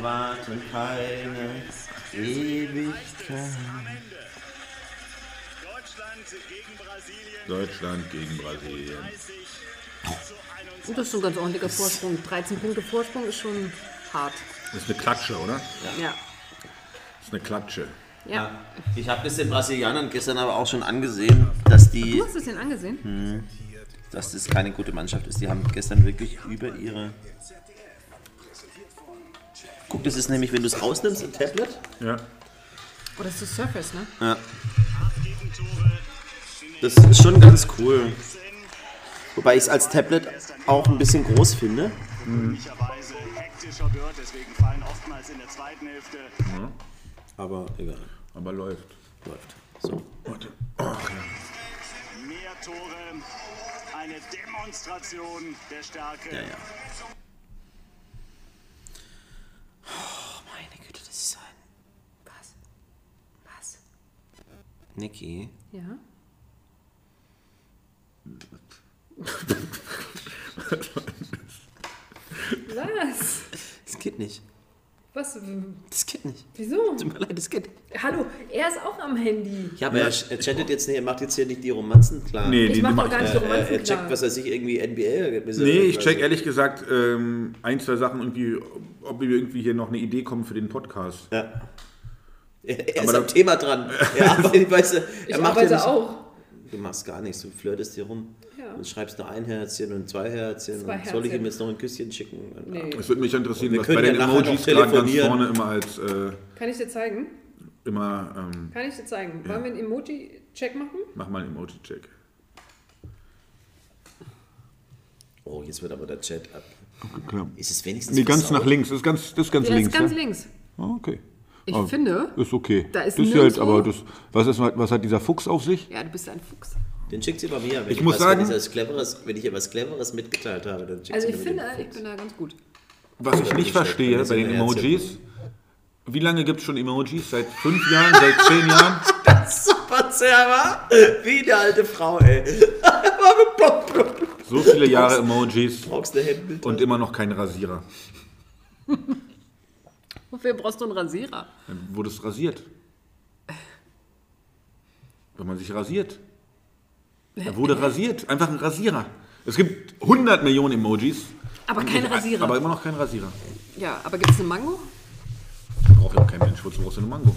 warten keine Ewigkeit. Deutschland gegen Brasilien. Deutschland gegen Brasilien. 30 zu 21. Und das ist schon ein ganz ordentlicher Vorsprung. 13 Punkte Vorsprung ist schon hart. Das ist eine Klatsche, oder? Das Ja. ist eine Klatsche. Ja. Ich habe das den Brasilianern gestern aber auch schon angesehen, dass die, Du hast es denn angesehen? dass das keine gute Mannschaft ist. Die haben gestern wirklich über ihre. Guck, das ist nämlich, wenn du es rausnimmst im Tablet. Ja. Oder ist das Surface, ne? Ja. Gegentore. Das ist schon ganz cool. Wobei ich es als Tablet auch ein bisschen groß finde. Möglicherweise hektischer wird, deswegen fallen oftmals in der zweiten Hälfte Aber egal. Aber läuft. Läuft. So. Oh Warte. mehr Tore. Eine Demonstration der Stärke. Ja, ja. Oh, meine Güte, das ist ein. Was? Was? Niki. Ja. Was? Das geht nicht. Was? Das geht nicht. Wieso? Tut mir leid, das geht. Hallo, er ist auch am Handy. Ja, aber er er chattet jetzt nicht, er macht jetzt hier nicht die Romanzen klar. Nee, Ich die, mach die mach doch ich gar nicht Er, so er er Romanzen checkt, Äh, was klar. er sich irgendwie NBA. Nee, ich check ehrlich gesagt ähm, ein, zwei Sachen irgendwie, ob wir irgendwie hier noch eine Idee kommen für den Podcast. Ja. Er, er ist Aber am da- Thema dran. Er arbeitet, weißt du, er Ich macht arbeite ja nicht, auch. Du machst gar nichts, du flirtest hier rum. Ja. Und schreibst nur ein Herzchen und zwei Herzchen. Zwei und soll ich Herzchen. ihm jetzt noch ein Küsschen schicken? Und- Nee. Es würde mich interessieren, wir was können bei den ja nachher noch Emojis gerade ganz telefonieren. vorne immer als äh, Kann ich dir zeigen? immer ähm, Kann ich dir zeigen? Wollen wir einen Emoji-Check machen? mach mal einen Emoji-Check. Oh, jetzt wird aber der Chat ab. Ist es wenigstens Nee, ganz versaut? nach links, das ist ganz, das ist ganz Der links. ist ganz ja? links. Ah, okay. Ich Ah, finde- Ist okay. Da ist das hier halt, nirgendwo- aber das, was, ist, was hat dieser Fuchs auf sich? Ja, du bist ein Fuchs. Den schickt sie bei mir. Wenn Ich muss was, sagen- wenn ich, was Cleveres, wenn ich ihr was Cleveres mitgeteilt habe, dann schickt Also sie ich mir den finde, ich Fuchs. bin da ganz gut. Was ich nicht verstehe Wenn sie bei den ein Herzchen Emojis, wie lange gibt es schon Emojis? Seit fünf Jahren, seit zehn Jahren? Super Server! Wie eine alte Frau, ey. Blub, blub, blub. So viele Jahre Emojis Brauchst eine Hemd? und immer noch kein Rasierer. Wofür brauchst du einen Rasierer? Dann wurde es rasiert. Wenn man sich rasiert. Er wurde rasiert. Einfach ein Rasierer. Es gibt 100 Millionen Emojis. Aber kein Rasierer. Aber Oh, immer noch kein Rasierer. ja, aber gibt es eine Mango? Braucht ja auch kein Mensch. Wozu brauchst du eine Mango?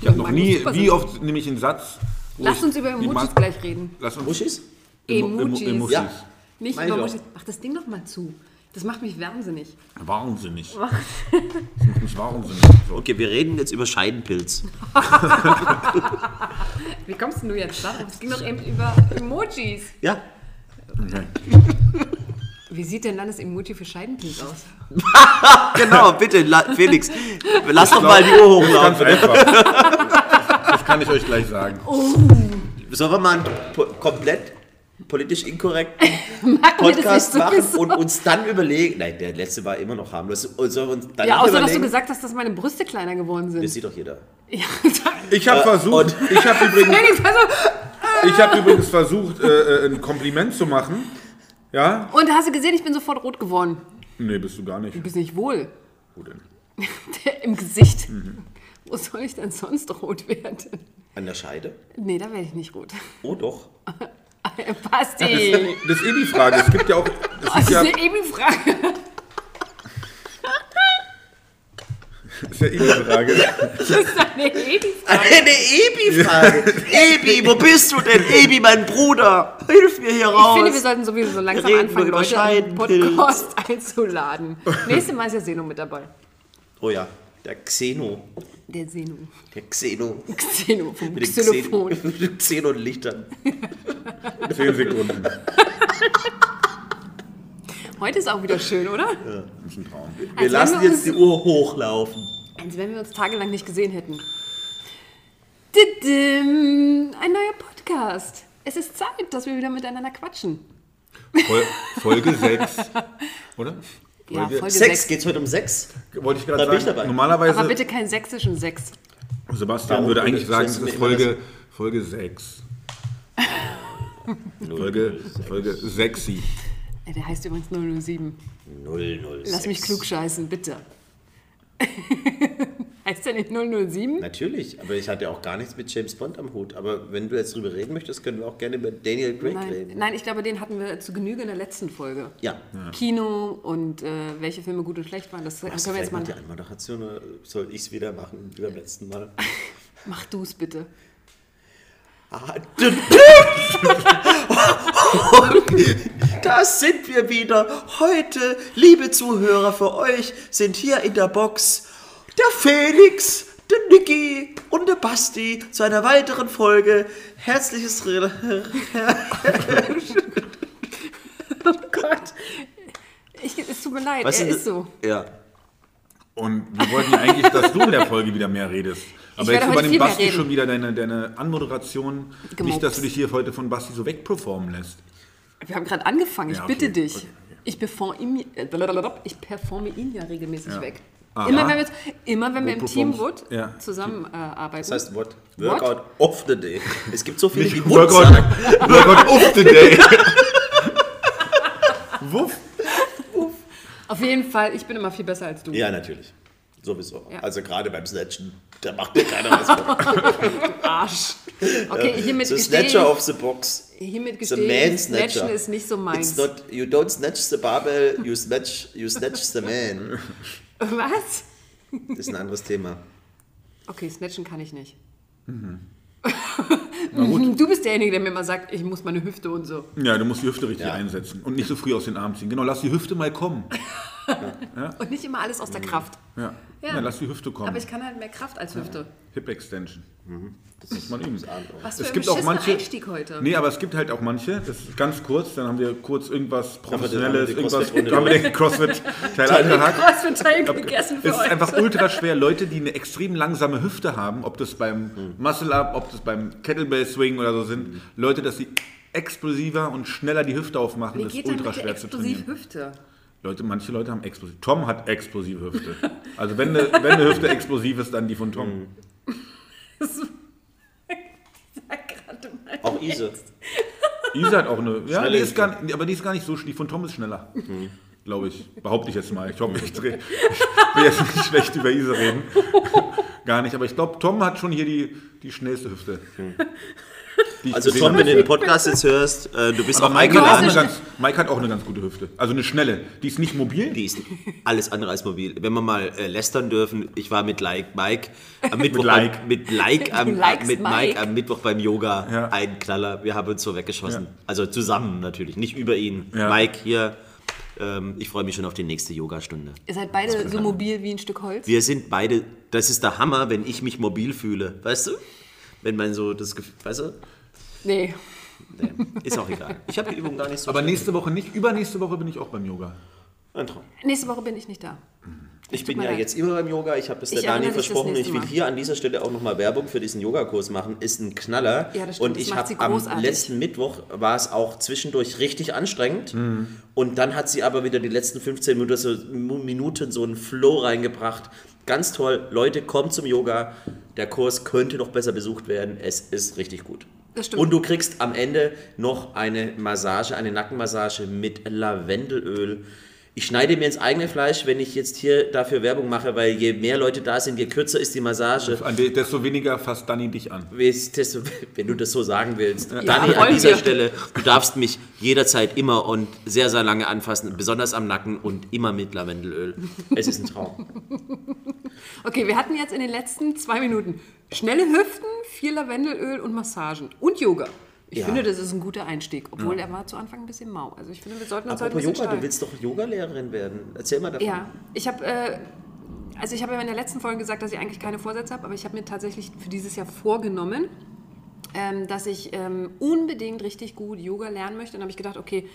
Ich habe noch Mango nie, ist super wie süß. oft nehme ich einen Satz. wo Lass ich uns über die Emojis Mas- gleich reden. Lass uns Muschis? Emo- Emo- Emojis. Emojis. Ja. Nicht Mein über Job. Emojis. Mach das Ding doch mal zu. Das macht mich wahnsinnig. Wahnsinnig. Das macht mich wahnsinnig. So. Okay, wir reden jetzt über Scheidenpilz. Wie kommst denn du jetzt darauf? Es ging doch eben über Emojis. Ja. Okay. Wie sieht denn dann das Emoji für Scheidenpilz aus? Genau, bitte, La- Felix, lass doch mal die Uhr Ganz hochlaufen. einfach. Das kann ich euch gleich sagen. Sollen wir mal einen po komplett politisch inkorrekt Merken wir das Podcast nicht machen sowieso? und uns dann überlegen. Nein, der letzte war immer noch harmlos. Und sollen wir uns dann Ja, außer dass du überlegen? gesagt hast, dass meine Brüste kleiner geworden das sind. sieht doch jeder. Ja, Ich habe versucht, ich habe übrigens, Felix, also, ich hab übrigens versucht, äh, äh, ein Kompliment zu machen. Ja? und hast du gesehen, ich bin sofort rot geworden. Nee, bist du gar nicht. Du bist nicht wohl. Wo denn? Im Gesicht. Mhm. Wo soll ich denn sonst rot werden? An der Scheide? Nee, da werde ich nicht rot. Oh doch. Basti! Das ist eh die Frage. Es gibt ja auch. Das Das ist ist ja, eine Emi-Frage. ist ja eh die Frage. Das ist eine Emi-Frage. Eine Ebi-Frage. Ebi, wo bist du denn? Ebi, mein Bruder, hilf mir Ich hier finde, wir raus. sollten sowieso so langsam Reden wir anfangen, über Leute einen Scheidenpilz. Podcast einzuladen. Nächstes Mal ist ja Seno mit dabei. Oh ja, der Xeno. Der Seno. Der Xeno. Xeno vom Mit dem Xylophon. Xen- mit dem Xeno und Lichtern. Zehn Sekunden. Das Heute ist auch wieder schön, oder? ist ein Traum. Wir Also, wenn lassen wir jetzt die uns- Uhr hochlaufen. Als wenn wir uns tagelang nicht gesehen hätten. Didim, ein neuer Podcast. Es ist Zeit, dass wir wieder miteinander quatschen. Fol Folge 6. Oder? Ja, Folge- Ah, Folge Sex, also- 6. geht's heute um Sex? Wollte ich Da bin gerade ich dabei. sagen. Normalerweise. Aber bitte keinen sächsischen Sex. Sebastian Warum würde bitte? eigentlich sagen, Stellst es du ist mir immer Folge, Folge 6. Folge, Folge sexy. Äh, Der heißt übrigens 007. 006. Lass mich klugscheißen, bitte. Heißt der nicht 007? Natürlich, aber ich hatte auch gar nichts mit James Bond am Hut. Aber wenn du jetzt drüber reden möchtest, können wir auch gerne über Daniel Craig Nein. reden. Nein, ich glaube, den hatten wir zu Genüge in der letzten Folge. Ja. Kino und äh, welche Filme gut und schlecht waren, das Machst du können wir vielleicht jetzt mal. mal die Anmoderation oder soll ich es wieder machen wie beim letzten Mal? Mach du's bitte. Ah, dü- da sind wir wieder. Heute, liebe Zuhörer, für euch sind hier in der Box der Felix, der Niki und der Basti zu einer weiteren Folge. Herzliches Reden. Ich, es tut mir leid, Was er denn- ist so. Ja. Und wir wollten ja eigentlich, dass du in der Folge wieder mehr redest. Aber werde jetzt heute übernimmt viel mehr Basti reden. schon wieder deine, deine Anmoderation. Nicht, dass du dich hier heute von Basti so wegperformen lässt. Wir haben gerade angefangen, ich Ja, okay. bitte dich. Okay. Ich, perform ihn, äh, blablabla, ich performe ihn ja regelmäßig Ja. weg. Ah, immer, ja. wenn wir, immer wenn wir im Wo Team performst- Wood äh, Ja. zusammenarbeiten. Das heißt, what? What? Workout of the day. Es gibt so viele, Nicht die Wut Workout, sagen. Workout of the day. Wuff. Auf jeden Fall, ich bin immer viel besser als du. Ja, natürlich. Sowieso. Ja. Also gerade beim Snatchen, da macht mir keiner was vor. Arsch. Okay, hiermit The gestehe ich, Snatcher of the Box. hiermit The gestehe man ich, Snatchen snatcher. ist nicht so It's meins. not, you don't snatch the barbell, you snatch, you snatch the man. Was? Das ist ein anderes Thema. Okay, snatchen kann ich nicht. Du bist derjenige, der mir immer sagt, ich muss meine Hüfte und so. Ja, du musst die Hüfte richtig Ja. einsetzen und nicht so früh aus den Armen ziehen. Genau, lass die Hüfte mal kommen. Und nicht immer alles aus der Hm, Kraft. Ja, Ja. ja. lass die Hüfte kommen. Aber ich kann halt mehr Kraft als Hüfte. Hip Extension. Das muss man üben. Was für Es ein gibt auch beschissener manche. Einstieg heute. Nee, aber es gibt halt auch manche, das ist ganz kurz, dann haben wir kurz irgendwas Professionelles, Haben wir die irgendwas, Crossfit-Runde haben wir den CrossFit-Teil abgehakt. Was für ein Teil gegessen für Es ist euch. einfach ultra schwer, Leute, die eine extrem langsame Hüfte haben, ob das beim Hm. Muscle-Up, ob das beim Kettlebell-Swing oder so sind, Leute, dass sie explosiver und schneller die Hüfte aufmachen, Wie ist geht denn ultra mit der schwer zu trainieren. explosiv Hüfte? Leute, manche Leute haben explosiv. Tom hat explosive Hüfte. Also wenn eine, wenn eine Hüfte explosiv ist, dann die von Tom. Hm. Sag gerade mal. Auch Ise. Isa hat halt auch eine. Ja, Schnelle die ist Hüfte. gar, nicht- aber die ist gar nicht so schnell. Die von Tom ist schneller. Mhm. Glaube ich. Behaupte ich jetzt mal. Ich hoffe, ich, dreh, ich will jetzt nicht schlecht über Isa reden. Gar nicht. Aber ich glaube, Tom hat schon hier die, die schnellste Hüfte. Die ich Mhm. Also gesehen Tom, habe. wenn du den Podcast jetzt hörst, äh, du bist aber auch Mike hat, auch eine eingeladen. ganz, Mike hat auch eine ganz gute Hüfte. Also eine schnelle. Die ist nicht mobil. Die ist alles andere als mobil. Wenn wir mal äh, lästern dürfen, ich war mit like, Mike am Mittwoch, Like. Am, mit, like am, Du likest mit Mike. Mike. am Mittwoch beim Yoga Ja. ein Knaller. Wir haben uns so weggeschossen. Ja. Also zusammen natürlich, nicht über ihn. Ja. Mike hier, ähm, ich freue mich schon auf die nächste Yogastunde. Ihr seid beide so mobil wie ein Stück Holz. Wir sind beide, das ist der Hammer, wenn ich mich mobil fühle, weißt du? Wenn man so das Gefühl, weißt du? Nee. Nee, ist auch egal. Ich habe die Übung gar nicht so. aber nächste Woche nicht. Übernächste Woche bin ich auch beim Yoga. Ein Traum. Nächste Woche bin ich nicht da. Ich bin mir ja leid. jetzt immer beim Yoga. Ich habe es der Ich Dani erinnere dich das versprochen. nächste Ich will Mal. hier an dieser Stelle auch nochmal Werbung für diesen Yogakurs machen. Ist ein Knaller. Ja, das stimmt. und Das ich macht habe sie am großartig. letzten Mittwoch war es auch zwischendurch richtig anstrengend. Und dann hat sie aber wieder die letzten 15 Minuten so, Minuten so einen Flow reingebracht. Ganz toll. Leute, kommt zum Yoga. Der Kurs könnte noch besser besucht werden. Es ist richtig gut. Das stimmt. Und du kriegst am Ende noch eine Massage, eine Nackenmassage mit Lavendelöl. Ich schneide mir ins eigene Fleisch, wenn ich jetzt hier dafür Werbung mache, weil je mehr Leute da sind, je kürzer ist die Massage. An de- Desto weniger fasst Dani dich an. Desto- Wenn du das so sagen willst. Dani, wollen an dieser wir. Stelle, du darfst mich jederzeit immer und sehr, sehr lange anfassen, besonders am Nacken und immer mit Lavendelöl. Es ist ein Traum. Okay, wir hatten jetzt in den letzten zwei Minuten schnelle Hüften, viel Lavendelöl und Massagen und Yoga. Ich Ja. finde, das ist ein guter Einstieg, obwohl er war zu Anfang ein bisschen mau. Also ich finde, wir sollten uns heute ein Apropos bisschen Yoga, du steigern. willst doch Yogalehrerin werden. Erzähl mal davon. Ja, ich habe, äh, also ich habe ja in der letzten Folge gesagt, dass ich eigentlich keine Vorsätze habe, aber ich habe mir tatsächlich für dieses Jahr vorgenommen, ähm, dass ich ähm, unbedingt richtig gut Yoga lernen möchte. Und habe ich gedacht, okay,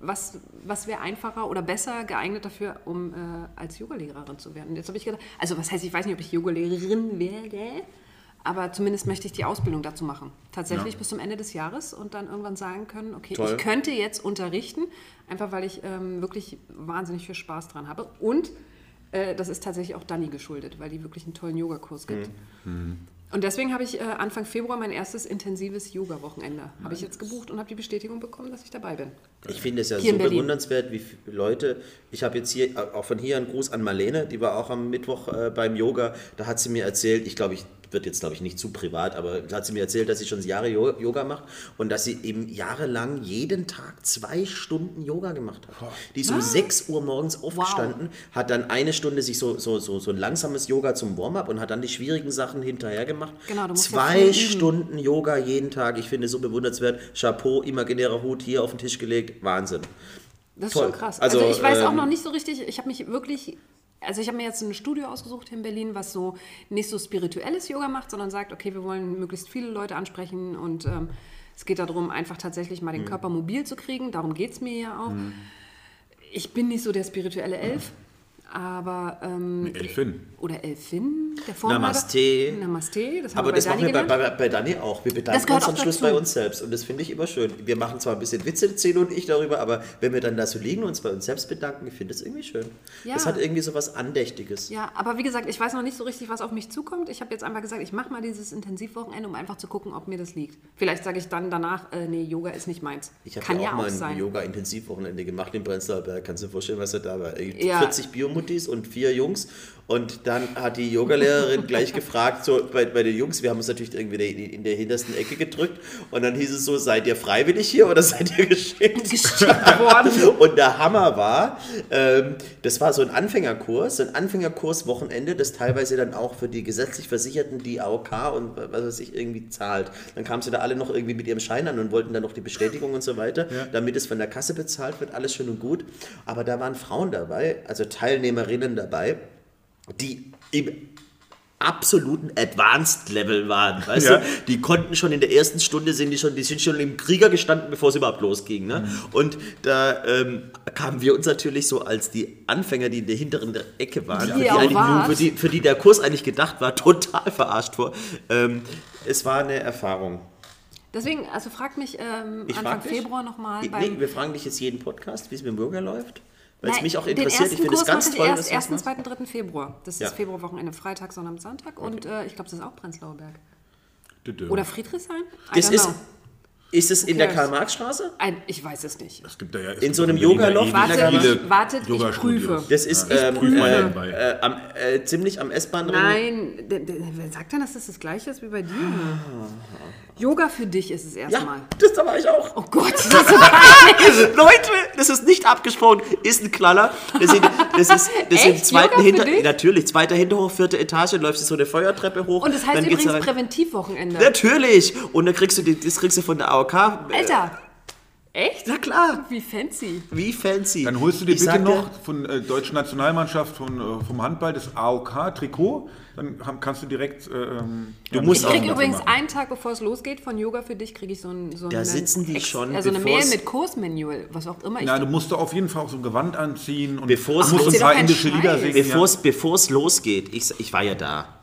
was, was wäre einfacher oder besser geeignet dafür, um äh, als Yogalehrerin zu werden? Und jetzt habe ich gedacht, also was heißt, ich weiß nicht, ob ich Yogalehrerin werde, aber zumindest möchte ich die Ausbildung dazu machen. Tatsächlich bis zum Ende des Jahres und dann irgendwann sagen können, okay, Toll. ich könnte jetzt unterrichten, einfach weil ich ähm, wirklich wahnsinnig viel Spaß dran habe. Und äh, das ist tatsächlich auch Dani geschuldet, weil die wirklich einen tollen Yogakurs gibt. Und deswegen habe ich äh, Anfang Februar mein erstes intensives Yoga-Wochenende. Habe ich jetzt gebucht und habe die Bestätigung bekommen, dass ich dabei bin. Ich finde es ja Hier in so Berlin. bewundernswert, wie viele Leute. Ich habe jetzt hier äh, auch von hier einen Gruß an Marlene, die war auch am Mittwoch äh, beim Yoga. Da hat sie mir erzählt, ich glaube, ich wird jetzt, glaube ich, nicht zu privat, aber da hat sie mir erzählt, dass sie schon Jahre Jo- Yoga macht und dass sie eben jahrelang jeden Tag zwei Stunden Yoga gemacht hat. Die ist um 6 Uhr morgens aufgestanden, hat dann eine Stunde sich so, so, so, so ein langsames Yoga zum Warm-up und hat dann die schwierigen Sachen hinterher gemacht. Genau, du musst ja zwei viel üben. Stunden Yoga jeden Tag. Ich finde so bewundernswert. Chapeau, imaginärer Hut hier auf den Tisch gelegt. Wahnsinn. Das ist Toll. schon krass. Also, Also, ich weiß auch ähm, noch nicht so richtig, ich habe mich wirklich, also ich habe mir jetzt ein Studio ausgesucht hier in Berlin, was so nicht so spirituelles Yoga macht, sondern sagt, okay, wir wollen möglichst viele Leute ansprechen und ähm, es geht darum, einfach tatsächlich Mhm. mal den Körper mobil zu kriegen. Darum geht es mir ja auch. Ich bin nicht so der spirituelle Elf, aber... Ähm, Elfin. Oder Elfin, der Vorname. Namaste. Namaste, das haben Aber wir bei das Dani machen wir bei, gelernt. bei, bei Dani auch. Wir Das bedanken gehört uns am auch Schluss dazu. bei uns selbst. Und das finde ich immer schön. Wir machen zwar ein bisschen Witze, Zeno und ich, darüber, aber wenn wir dann da so liegen und uns bei uns selbst bedanken, ich finde das irgendwie schön. Ja. Das hat irgendwie so was Andächtiges. Ja, aber wie gesagt, ich weiß noch nicht so richtig, was auf mich zukommt. Ich habe jetzt einfach gesagt, ich mache mal dieses Intensivwochenende, um einfach zu gucken, ob mir das liegt. Vielleicht sage ich dann danach, äh, nee, Yoga ist nicht meins. Ich habe Kann ja auch ja mal auch ein sein. Yoga-Intensivwochenende gemacht in Prenzlauer Berg. Kannst du dir vorstellen, was da da war? Irgendwie Ja. 40 Biomuttis und vier Jungs. Und dann hat die Yogalehrerin gleich gefragt, so bei, bei den Jungs, wir haben uns natürlich irgendwie in der- in der hintersten Ecke gedrückt. Und dann hieß es so, seid ihr freiwillig hier oder seid ihr geschickt? Geschickt worden. Und der Hammer war, ähm, das war so ein Anfängerkurs, so ein Anfängerkurs-Wochenende, das teilweise dann auch für die gesetzlich Versicherten, die AOK und was weiß ich, irgendwie zahlt. Dann kamen sie da alle noch irgendwie mit ihrem Schein an und wollten dann noch die Bestätigung und so weiter, damit es von der Kasse bezahlt wird, alles schön und gut. Aber da waren Frauen dabei, also Teilnehmerinnen dabei, die im absoluten Advanced Level waren, weißt Ja. du? Die konnten schon in der ersten Stunde sind die schon, die sind schon im Krieger gestanden, bevor es überhaupt losging. Ne? Und da ähm, kamen wir uns natürlich so als die Anfänger, die in der hinteren Ecke waren, Die für, die auch eigentlich, wart. für, die, für die der Kurs eigentlich gedacht war, total verarscht vor. Ähm, es war eine Erfahrung. Deswegen, also fragt mich ähm, Ich Anfang frag dich. Februar nochmal. Ich- Nee, wir fragen dich jetzt jeden Podcast, wie es mit dem Bürger läuft, weil es Nein, mich auch Äh, den interessiert. ersten Ich finde es Kurs ganz mache toll, Ich erst, dass du das ersten, machst. zweiten, dritten Februar. Das Ja. ist Februarwochenende, Freitag, Sonnabend, Sonntag. Und äh, ich glaube, das ist auch Prenzlauer Berg. Oder Friedrichshain? I Das don't ist, know. ist es in der cares? Karl-Marx-Straße? Ein, ich weiß es nicht. Es gibt da ja, es In gibt so doch einem in Berlin Yoga-Loch? ewig Wartet, viele ich- wartet, ich Yoga-Studios. prüfe. Das ist Ja, ähm, ich prüfe mal äh, nebenbei. äh, am, äh, ziemlich am S-Bahn-Ring. Nein, der, der, wer sagt denn, dass das das gleiche ist wie bei dir? Yoga für dich ist es erstmal. Ah. Ja, das da war ich auch. Also, Oh Gott, das ist so peinlich. Leute, das ist nicht abgesprochen, ist ein Knaller. Das sind, das ist, das sind Echt? zweiten Yoga für Hinter, dich? natürlich, zweiter Hinterhof, vierte Etage, läufst du so eine Feuertreppe hoch. Und das heißt dann geht's übrigens da rein. Präventivwochenende. Natürlich! Und dann kriegst du die, das kriegst du von der AOK. Alter, echt? Na klar, Wie fancy. wie fancy. Dann holst du dir Ich bitte sag dir, noch von äh, deutschen Nationalmannschaft von, äh, vom Handball das AOK-Trikot. Dann ham- kannst du direkt. Äh, ähm, Du ja, musst Ich auch krieg noch übrigens machen. einen Tag, bevor es losgeht, von Yoga für dich, kriege ich so ein so Da einen sitzen die schon, Also eine bevor Mail es- mit Kursmanual, was auch immer. Ich Na, du musst da auf jeden Fall auch so ein Gewand anziehen und Bevor es du musst losgeht. ein paar Doch kein indische Lieder Scheiß. singen. Bevor es bevor's losgeht, ich, ich war ja da.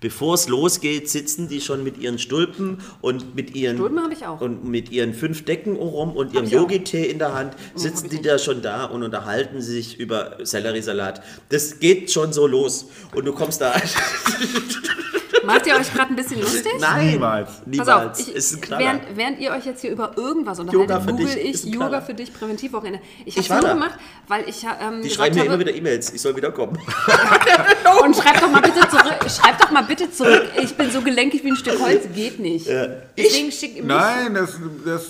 Bevor es losgeht, sitzen die schon mit ihren Stulpen und mit ihren Stulpen hab ich auch. und mit ihren fünf Decken rum und ihrem ich auch. Yogi-Tee in der Hand hab sitzen ich die nicht. da schon da und unterhalten sich über Selleriesalat. Das geht schon so los und du kommst da. Macht ihr euch gerade ein bisschen lustig? ja. Niemals. niemals. ich, ist ein Knaller. während, während ihr euch jetzt hier über irgendwas Yoga unterhaltet, für google dich ich ist ein Yoga Knaller. für dich Präventivwochenende. Ich Ich habe war es nur da. gemacht, weil ich ja, ähm, die gesagt schreiben mir habe, immer wieder "Oh!" E-Mails, ich soll wieder kommen. Und schreib doch mal bitte zurück. Schreib doch mal bitte zurück. Ich bin so gelenkig wie ein Stück Holz. Geht nicht. Deswegen schick mich. Nein, das, das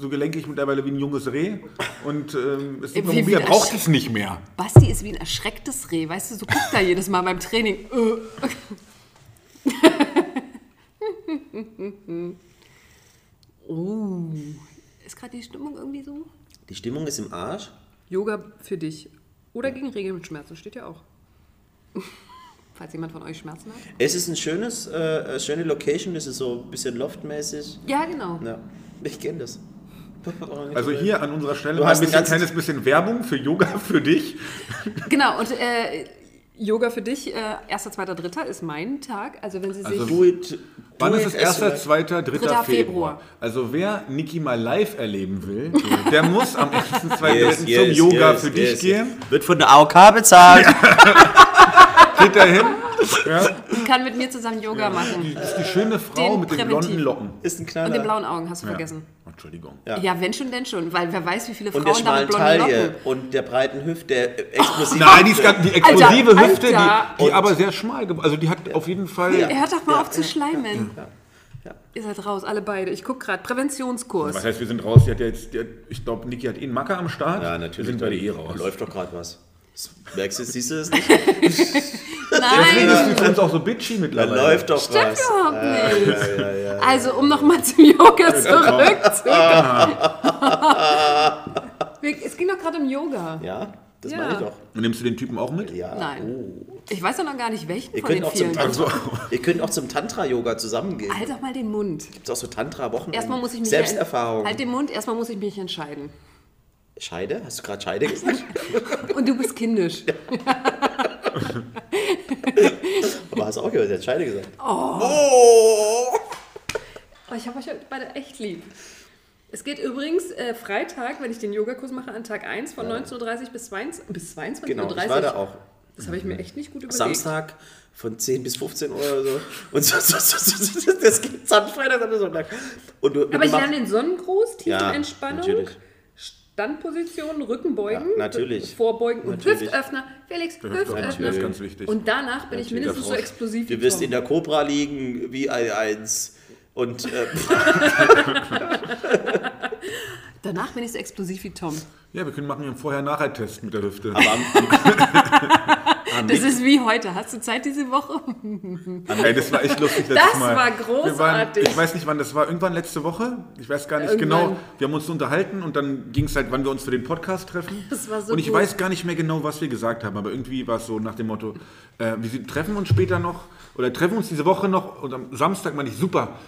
so gelenke ich mittlerweile wie ein junges Reh. Und ähm, es tut mir Wie- gut, er wie- braucht es nicht mehr. Basti ist wie ein erschrecktes Reh. Weißt du, so guckt er jedes Mal beim Training. Äh. oh. Ist gerade die Stimmung irgendwie so? Die Stimmung ist im Arsch. Yoga für dich. Oder gegen Regelschmerzen. Steht ja auch. Falls jemand von euch Schmerzen hat. Es ist ein schönes, äh, äh, schöne Location, das ist so ein bisschen loftmäßig. Ja, genau. Ja, ich kenne das. Also hier an unserer Stelle Du mal hast ein ein bisschen, ganzes- kleines bisschen Werbung für Yoga für dich. Genau, und äh, Yoga für dich, äh, erster, zweiter, dritter ist mein Tag. Also wenn Sie sich... Also Do it. Do Wann it ist es? as you 1., like. 2., 3. Februar. Dritter Februar. Also wer Niki mal live erleben will, der muss am 1., 2., Yes, 3. yes, zum Yoga yes, für yes, dich yes. gehen. Wird von der AOK bezahlt. Geht dahin, und kann mit mir zusammen Yoga machen. Die, das ist die schöne Frau Den mit den präventiv. blonden Locken. Ist ein Knaller. Und den blauen Augen hast du vergessen. Ja. Entschuldigung. Ja. wenn schon, denn schon. Weil wer weiß, wie viele und der Frauen da schmalen mit blonden Taille Locken. und der breiten Hüfte, der äh, explosiven Nein, die, ist gar, die explosive Alter, Hüfte, Alter. die, die aber sehr schmal geworden Also die hat auf jeden Fall... Er hört doch mal auf zu schleimen. Ihr seid raus, alle beide. Ich guck gerade. Präventionskurs. Was heißt, wir sind raus? Die hat ja jetzt, die hat, ich glaube, Niki hat eh einen Macker am Start. Ja, natürlich. Wir sind beide eh raus. Da läuft doch gerade was. Das Merkst du, siehst du es nicht? Nein, Deswegen ist die für uns auch so bitchy Da mittlerweile. läuft doch stimmt was. überhaupt Äh. nicht. Also, um nochmal zum Yoga genau. zurückzukommen. Wir- es ging doch gerade um Yoga. Ja, das Ja. meine ich doch. Und nimmst du den Typen auch mit? Ja. oh. Nein. Ich weiß doch noch gar nicht, welchen Ihr von könnt, den auch zum vielen. Tantra, Also- ihr könnt auch zum Tantra-Yoga zusammengehen. Halt doch mal den Mund. Gibt es auch so Tantra-Wochen? Erstmal muss ich mich Selbsterfahrung. Halt den Mund, erstmal muss ich mich entscheiden. Scheide? Hast du gerade Scheide gesagt? Und du bist kindisch. Aber hast du auch gehört, der hat Scheide gesagt. Oh, ich habe euch heute beide echt lieb. Es geht übrigens äh, Freitag, wenn ich den Yogakurs mache, an Tag 1 von 19.30 Uhr bis 22 bis 22.30 Genau, Uhr. ich war da auch. Das habe ich mir echt nicht gut überlegt. Samstag von 10 bis 15 Uhr oder so. Und so, so, so, so, so das geht Samstag, am Sonntag. Und du, Aber du ich machst- lerne den Sonnengruß, Ja, Tiefenentspannung, natürlich. Standposition, Rückenbeugen, äh, Ja, natürlich. Vorbeugen und Natürlich. Hüftöffner. Felix, Hüftöffner ist Hüftöffner. ganz wichtig. Und danach bin ich mindestens so Raus. explosiv Du wie wirst Tom. in der Cobra liegen wie ein Eins. Und äh, Danach bin ich so explosiv wie Tom. Ja, wir können machen einen Vorher-Nachher-Test mit der Hüfte. am, am, am, Das Mittwoch- ist wie heute. Hast du Zeit diese Woche? Ey, Ah, das war echt lustig letztes Das Mal. war Wir waren, großartig. ich weiß nicht, wann das war. Irgendwann letzte Woche. Ich weiß gar nicht Irgendwann. genau. Wir haben uns unterhalten und dann ging es halt, wann wir uns für den Podcast treffen. Das war so Und ich gut. weiß gar nicht mehr genau, was wir gesagt haben. Aber irgendwie war es so nach dem Motto, äh, wir sie- treffen uns später noch oder treffen uns diese Woche noch. Und am Samstag meine ich, super,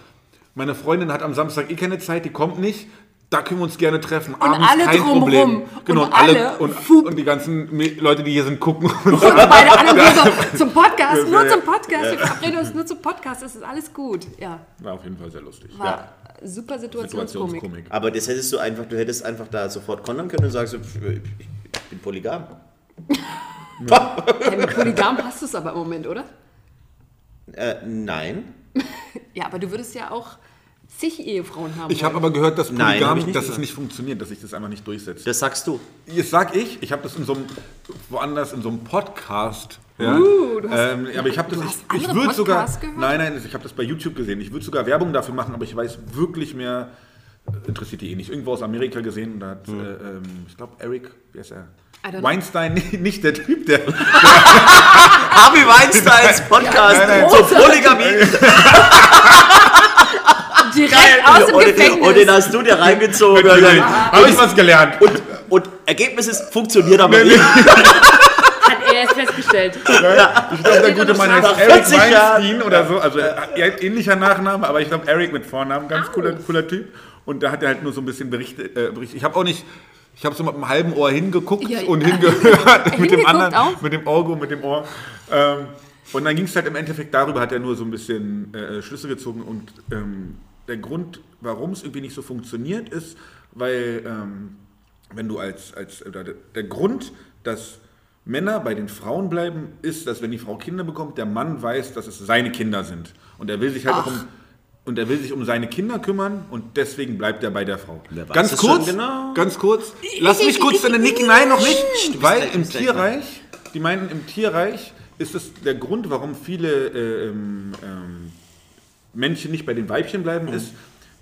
meine Freundin hat am Samstag eh keine Zeit, die kommt nicht. Da können wir uns gerne treffen. Und Abends alle kein drumrum. Problem. Und Genau, alle, und, fup. und die ganzen Me- Leute, die hier sind, gucken uns Und beide anderen nur so, zum Podcast, Das nur wär- zum Podcast. Wir verabreden uns nur zum Podcast. Es ist alles gut. Ja, War auf jeden Fall sehr lustig. war super Situationskomik. Situationskomik. aber das hättest du einfach, du hättest einfach da sofort kontern können und sagst, äh, ich ich bin polygam. Ja, mit Polygam passt es aber im Moment, oder? Äh, nein. Ja, aber du würdest ja auch zig Ehefrauen haben. Ich habe wollen. aber gehört, dass Nein, hab Polygam, ich nicht dass gesagt. es nicht funktioniert, dass sich das einfach nicht durchsetzt. Das sagst du. Jetzt sag ich, ich habe das in so einem, woanders in so einem Podcast. Ja. Uh, du ähm, aber ich habe das, hast ich, ich andere würde sogar, Podcasts gehört? nein, nein, ich habe das bei YouTube gesehen. Ich würde sogar Werbung dafür machen, aber ich weiß wirklich mehr. äh, Interessiert die eh nicht. Irgendwo aus Amerika gesehen und da Hm. hat, äh, ähm, ich glaube, Eric, wie heißt er? I don't know. Weinstein, nicht der Typ, der. Harvey Weinsteins Podcast Nein, nein. zur Polygamie. direkt aus dem Und, den- Gefängnis. und den hast du dir reingezogen. Habe ich was gelernt. Und, und Ergebnis ist, funktioniert aber nicht. hat er erst festgestellt. Ich glaube, der Äh, gute Mann heißt Nach Eric 40 Jahren. Weinstein oder so. Also er hat ähnlicher Nachname, aber ich glaube Eric mit Vornamen. Ganz cooler, cooler Typ. Und da hat er halt nur so ein bisschen berichtet. Äh, berichtet. Ich habe auch nicht. Ich habe so mit einem halben Ohr hingeguckt Ja, ja. und hingehört. mit dem Hingeguckt anderen. auch? Mit dem Auge und mit dem Ohr. Ähm, und dann ging es halt im Endeffekt darüber, hat er nur so ein bisschen äh, Schlüsse gezogen. Und ähm, der Grund, warum es irgendwie nicht so funktioniert, ist, weil. Ähm, wenn du als, als oder der- der Grund, dass Männer bei den Frauen bleiben, ist, dass wenn die Frau Kinder bekommt, der Mann weiß, dass es seine Kinder sind. Und er will sich halt auch um, und er will sich um seine Kinder kümmern und deswegen bleibt er bei der Frau. Wer weiß Ganz das kurz, schon genau? ganz kurz, lass mich kurz deine Nicken, nein, noch nicht, weil gleich- du im bist gleich dran. Tierreich, die meinen, im Tierreich ist es der Grund, warum viele äh, ähm, ähm, Männchen nicht bei den Weibchen bleiben, Mhm. ist,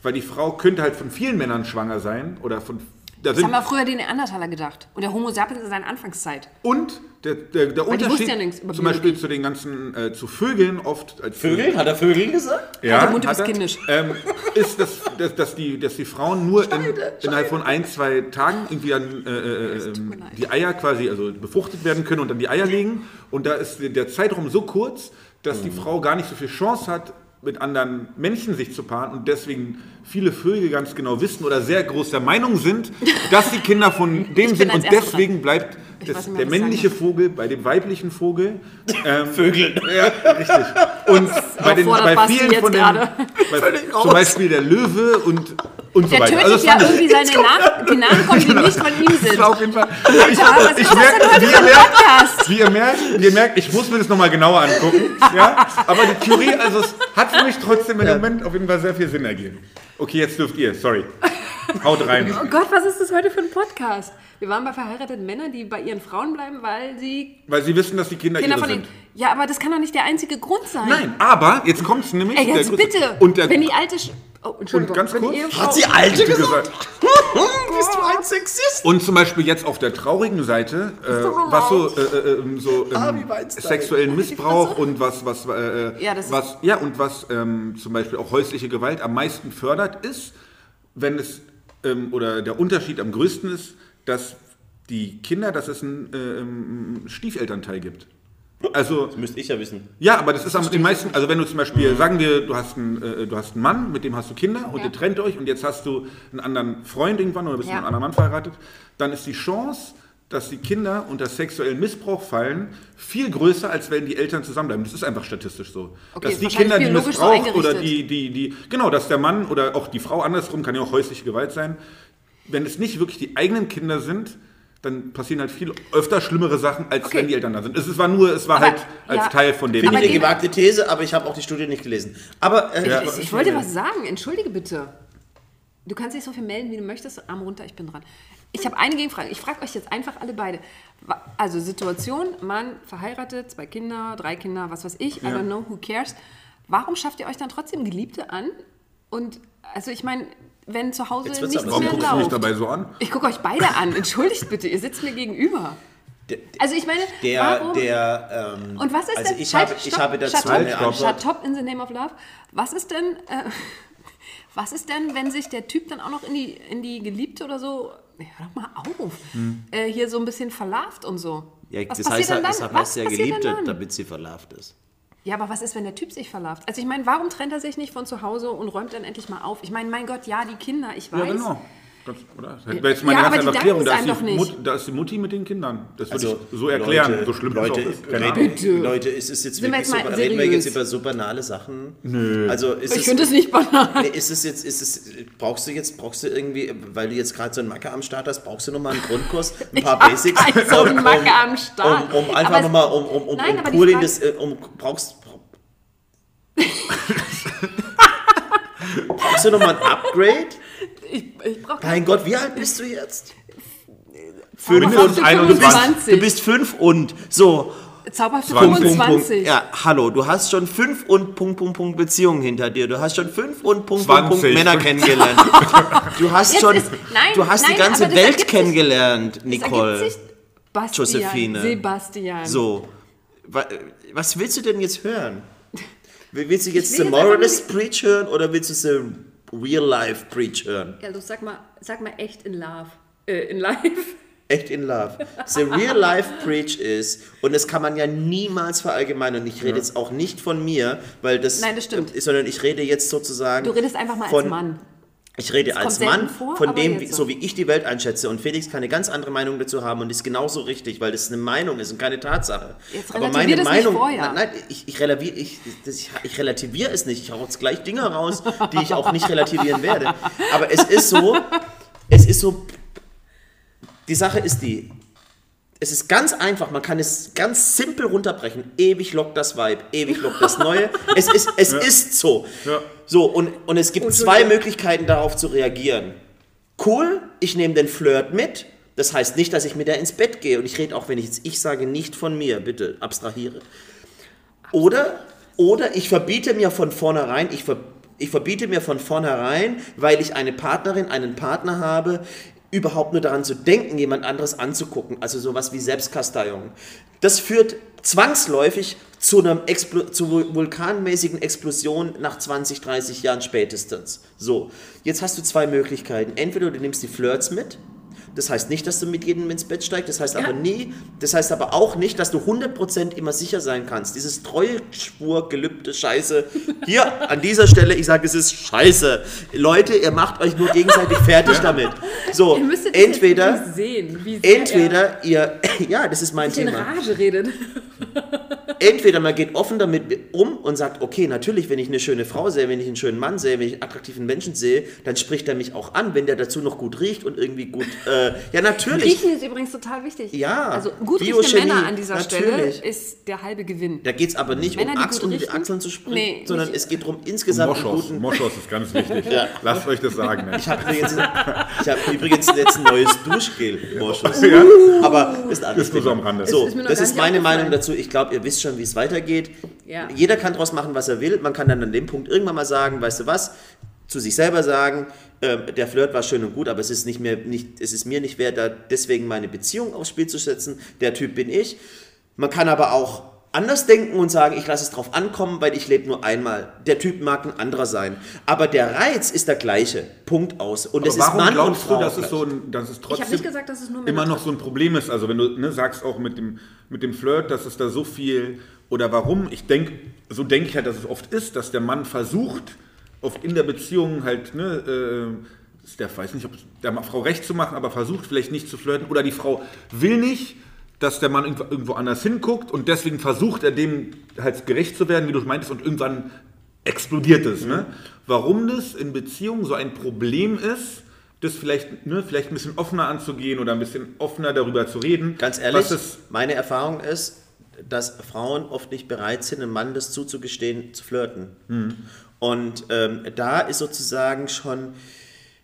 weil die Frau könnte halt von vielen Männern schwanger sein oder von da Das sind haben wir früher den Neandertaler gedacht. Und der Homo sapiens in seiner Anfangszeit. Und der, der, der die Unterschied wusste ja nichts über zum Biologie. Beispiel zu den ganzen, äh, zu Vögeln oft als Vögel? Hat er Vögel gesagt? Ja, Also Mund, du hat bist er, kindisch. Ähm, ist, dass, dass, dass, die, dass die Frauen nur in, innerhalb von ein, zwei Tagen irgendwie dann, äh, äh, äh, tut mir leid. die Eier quasi, also befruchtet werden können und dann die Eier legen. Und da ist der Zeitraum so kurz, dass die Frau gar nicht so viel Chance hat, mit anderen Menschen sich zu paaren und deswegen viele Vögel ganz genau wissen oder sehr groß der Meinung sind, dass die Kinder von dem bin sind und als Erste dran. deswegen bleibt weiß das, nicht mehr, der was ich sagen männliche muss. Vogel bei dem weiblichen Vögel Vögel. ja, richtig. Und bei, den, überfordert bei Basti vielen jetzt von den, gerade. bei, zum Beispiel der Löwe und und so Der weiter. tötet Also das ja fand ich- Genau. irgendwie seine Namen. Die Namen kommen, die nicht von ihm Das sind. war auf jeden Fall. ich, was ist das denn heute wie, für ihr ein merkt, Podcast? wie ihr merkt, wie ihr merkt, ich muss mir das nochmal genauer angucken. Ja? Aber die Theorie, also es hat für mich trotzdem im Moment auf jeden Fall sehr viel Sinn ergeben. Okay, jetzt dürft ihr, sorry. Haut rein. Oh Gott, was ist das heute für ein Podcast? Wir waren bei verheirateten Männern, die bei ihren Frauen bleiben, weil sie Weil sie wissen, dass die Kinder, Kinder ihre von sind. ihnen. Ja, aber das kann doch nicht der einzige Grund sein. Nein, aber jetzt kommt es nämlich. Ey, jetzt der- bitte. Und der wenn die alte. Sch oh, Entschuldigung. Und ganz wenn die kurz- Ehefrau- Hat sie Alte Wie gesagt? gesagt, Bist du ein Sexist? Und zum Beispiel jetzt auf der traurigen Seite, äh, leid. was so, äh, äh, ähm, so Ah, ähm, Harvey Weinstein. sexuellen Missbrauch und was, was, äh, äh, Ja, das ist- was, ja, und was ähm, zum Beispiel auch häusliche Gewalt am meisten fördert, ist, wenn es, ähm, oder der Unterschied am größten ist, dass die Kinder, dass es einen äh, ähm, Stiefelternteil gibt. Also, Müsste ich ja wissen. ja, aber das ist am den meisten, also wenn du zum Beispiel, sagen wir, du hast, einen, äh, du hast einen Mann, mit dem hast du Kinder und Ja. ihr trennt euch und jetzt hast du einen anderen Freund irgendwann oder bist Ja. mit einem anderen Mann verheiratet, dann ist die Chance, dass die Kinder unter sexuellen Missbrauch fallen, viel größer, als wenn die Eltern zusammenbleiben. Das ist einfach statistisch so. Okay, dass die wahrscheinlich Kinder, die biologisch so missbraucht oder eingerichtet. die, die, die, genau, dass der Mann oder auch die Frau andersrum, kann ja auch häusliche Gewalt sein, wenn es nicht wirklich die eigenen Kinder sind, dann passieren halt viel öfter schlimmere Sachen, als Okay. wenn die Eltern da sind. Es ist- war nur, es war Aber- halt als ja. Teil von dem. Finde Aber ich eine die- gewagte These, aber ich habe auch die Studie nicht gelesen. Aber äh, Ich, ich wollte was sagen, entschuldige bitte. Du kannst dich so viel melden, wie du möchtest. Arm runter, ich bin dran. Ich habe eine Gegenfrage. Ich frage euch jetzt einfach alle beide. Wa- Also Situation, Mann verheiratet, zwei Kinder, drei Kinder, was weiß ich. I don't know, who cares. Warum schafft ihr euch dann trotzdem Geliebte an? Und also ich meine, wenn zu Hause Jetzt wird's nichts aber- Warum mehr guckst du mich läuft. dabei so an? Ich gucke euch beide an. Entschuldigt bitte, ihr sitzt mir gegenüber. Der- Also ich meine, der, warum? der, ähm, Und was ist also denn? ich Halt, habe, ich stopp, habe dazu shut eine up, Antwort. Shut up in the name of love. Was ist denn, äh, was ist denn, wenn sich der Typ dann auch noch in die, in die Geliebte oder so, nee, hör doch mal auf, äh, hier so ein bisschen verlarvt und so? Hm. Ja, was das passiert heißt, denn dann? das hat was was ja passiert denn Geliebte, dann? damit sie verlarvt ist. Ja, aber was ist, wenn der Typ sich verlarvt? Also ich meine, warum trennt er sich nicht von zu Hause und räumt dann endlich mal auf? Ich meine, mein Gott, ja, die Kinder, ich weiß. Ja, genau. Ganz, oder? Das wäre jetzt meine Ja, ganz aber die einfache Erklärung. danken Da es ist, die einem doch nicht. Mut, da ist die Mutti mit den Kindern. Das würde ich so erklären, so schlimm das Also Leute, auch ist. Genau. Keine Ahnung. Leute, Leute, ist es jetzt Sind wir wirklich jetzt mal so, reden wir seriös? jetzt über so banale Sachen? Nö. Also ist Ich es, finde das nicht banal. Nee, ist es jetzt, ist es, brauchst du jetzt, brauchst du irgendwie, weil du jetzt gerade so einen Macke am Start hast, brauchst du nochmal einen Grundkurs, ein paar Basics? keinen so einen Macke am Start. Um, um Aber einfach es- nochmal, um, um, um, Nein, aber um die cool in Frage- das, äh, um, brauchst, brauchst du nochmal ein Upgrade? Ich, ich brauche Mein Gott, wie alt bist du jetzt? mindestens 21. Du bist fünf und, so, Zauberhaft Punkt, Punkt, 25. Ja, hallo, du hast schon fünf und Punkt, Punkt, Punkt Beziehungen hinter dir. Du hast schon fünf und Punkt, Punkt, Punkt 20. Männer kennengelernt. Du hast Jetzt schon, ist- nein, du hast nein, die ganze aber das Welt ergibt sich- kennengelernt, Nicole. Das ergibt sich Bastian, Josephine. Sebastian. So, Wa- was willst du denn jetzt hören? Willst du jetzt will The jetzt einfach Moralist Preach hören oder willst du The Real Life Preach hören? Ja, also sag mal, sag mal echt in love. Äh, in life. Echt in love. The real life preach ist, und das kann man ja niemals verallgemeinern. Ich rede jetzt auch nicht von mir, weil das. Nein, das stimmt. Ist, sondern ich rede jetzt sozusagen. Du redest einfach mal von, als Mann. Ich rede als kommt selten Mann vor, von aber dem, jetzt wie, so. so wie ich die Welt einschätze. Und Felix kann eine ganz andere Meinung dazu haben und ist genauso richtig, weil das eine Meinung ist und keine Tatsache. Jetzt relativier das nicht vorher. Nein, nein ich, ich, relativiere, ich, das, ich, ich relativiere es nicht. Ich hau jetzt gleich Dinge raus, die ich auch nicht relativieren werde. Aber es ist so, es ist so. Die Sache ist die, es ist ganz einfach, man kann es ganz simpel runterbrechen. Ewig lockt das Vibe, ewig lockt das Neue. Es ist, es ist so. So, und, und es gibt zwei Möglichkeiten, darauf zu reagieren. Cool, ich nehme den Flirt mit. Das heißt nicht, dass ich mit der ins Bett gehe. Und ich rede auch, wenn ich jetzt ich sage, nicht von mir. Bitte abstrahiere. Oder, oder ich verbiete mir von vornherein, ich, ver, ich verbiete mir von vornherein, weil ich eine Partnerin, einen Partner habe, überhaupt nur daran zu denken, jemand anderes anzugucken. Also sowas wie Selbstkasteiung. Das führt zwangsläufig zu einer Explo zu vul- vulkanmäßigen Explosion nach 20, 30 Jahren spätestens. So, jetzt hast du zwei Möglichkeiten. Entweder du nimmst die Flirts mit, das heißt nicht, dass du mit jedem ins Bett steigst, das heißt aber nie, das heißt aber auch nicht, dass du 100% immer sicher sein kannst. Dieses treue Schwur, Gelübde, Scheiße. Hier, an dieser Stelle, ich sage, es ist Scheiße. Leute, ihr macht euch nur gegenseitig fertig damit. So, Ihr müsstet das jetzt entweder, wirklich sehen, wie sehr entweder ihr, ja, das ist mein er in Thema. Rage redet. entweder man geht offen damit um und sagt, okay, natürlich, wenn ich eine schöne Frau sehe, wenn ich einen schönen Mann sehe, wenn ich einen attraktiven Menschen sehe, dann spricht er mich auch an, wenn der dazu noch gut riecht und irgendwie gut. Äh, ja, natürlich. Riechen ist übrigens total wichtig. Ja, Also gut riechende Biochemie, Männer an dieser natürlich. Stelle ist der halbe Gewinn. Da geht es aber nicht Männer, um die Axt gut und die richten? Achseln zu springen, Nee, sondern nicht. es geht darum, Und insgesamt einen Moschus. guten. Moschus ist ganz wichtig. Lasst euch das sagen. Mensch. Ich habe übrigens, ich hab übrigens jetzt ein neues Duschgel, Moschus. Ja. Aber ist alles Ist nur so am Rande. So, Ist mir noch das gar ist nicht meine aufgefallen. Meinung dazu. Ich glaube, ihr wisst schon, wie es weitergeht. Ja. Jeder kann daraus machen, was er will. Man kann dann an dem Punkt irgendwann mal sagen, weißt du was, zu sich selber sagen, ähm, der Flirt war schön und gut, aber es ist, nicht mehr, nicht, es ist mir nicht wert, da deswegen meine Beziehung aufs Spiel zu setzen. Der Typ bin ich. Man kann aber auch anders denken und sagen, ich lasse es drauf ankommen, weil ich lebe nur einmal. Der Typ mag ein anderer sein. Aber der Reiz ist der gleiche. Punkt aus. Und es Aber ist warum Mann und glaubst Frau. du, dass es, gleich. so ein, dass es Ich trotzdem habe nicht gesagt, dass es nur Männer immer noch so ein Problem ist? Also wenn du ne, sagst auch mit dem, mit dem Flirt, dass es da so viel oder warum, ich denke, so denke ich halt, dass es oft ist, dass der Mann versucht, oft in der Beziehung halt, ne, äh, ist der weiß nicht, ob es der Frau recht zu machen, aber versucht vielleicht nicht zu flirten oder die Frau will nicht, dass der Mann irgendwo- irgendwo anders hinguckt und deswegen versucht er dem halt gerecht zu werden, wie du meintest, und irgendwann explodiert es. Ne? Mhm. Warum das in Beziehungen so ein Problem ist, das vielleicht, ne, vielleicht ein bisschen offener anzugehen oder ein bisschen offener darüber zu reden. Ganz ehrlich, was es, meine Erfahrung ist, dass Frauen oft nicht bereit sind, einem Mann das zuzugestehen, zu flirten. Hm. Und ähm, da ist sozusagen schon,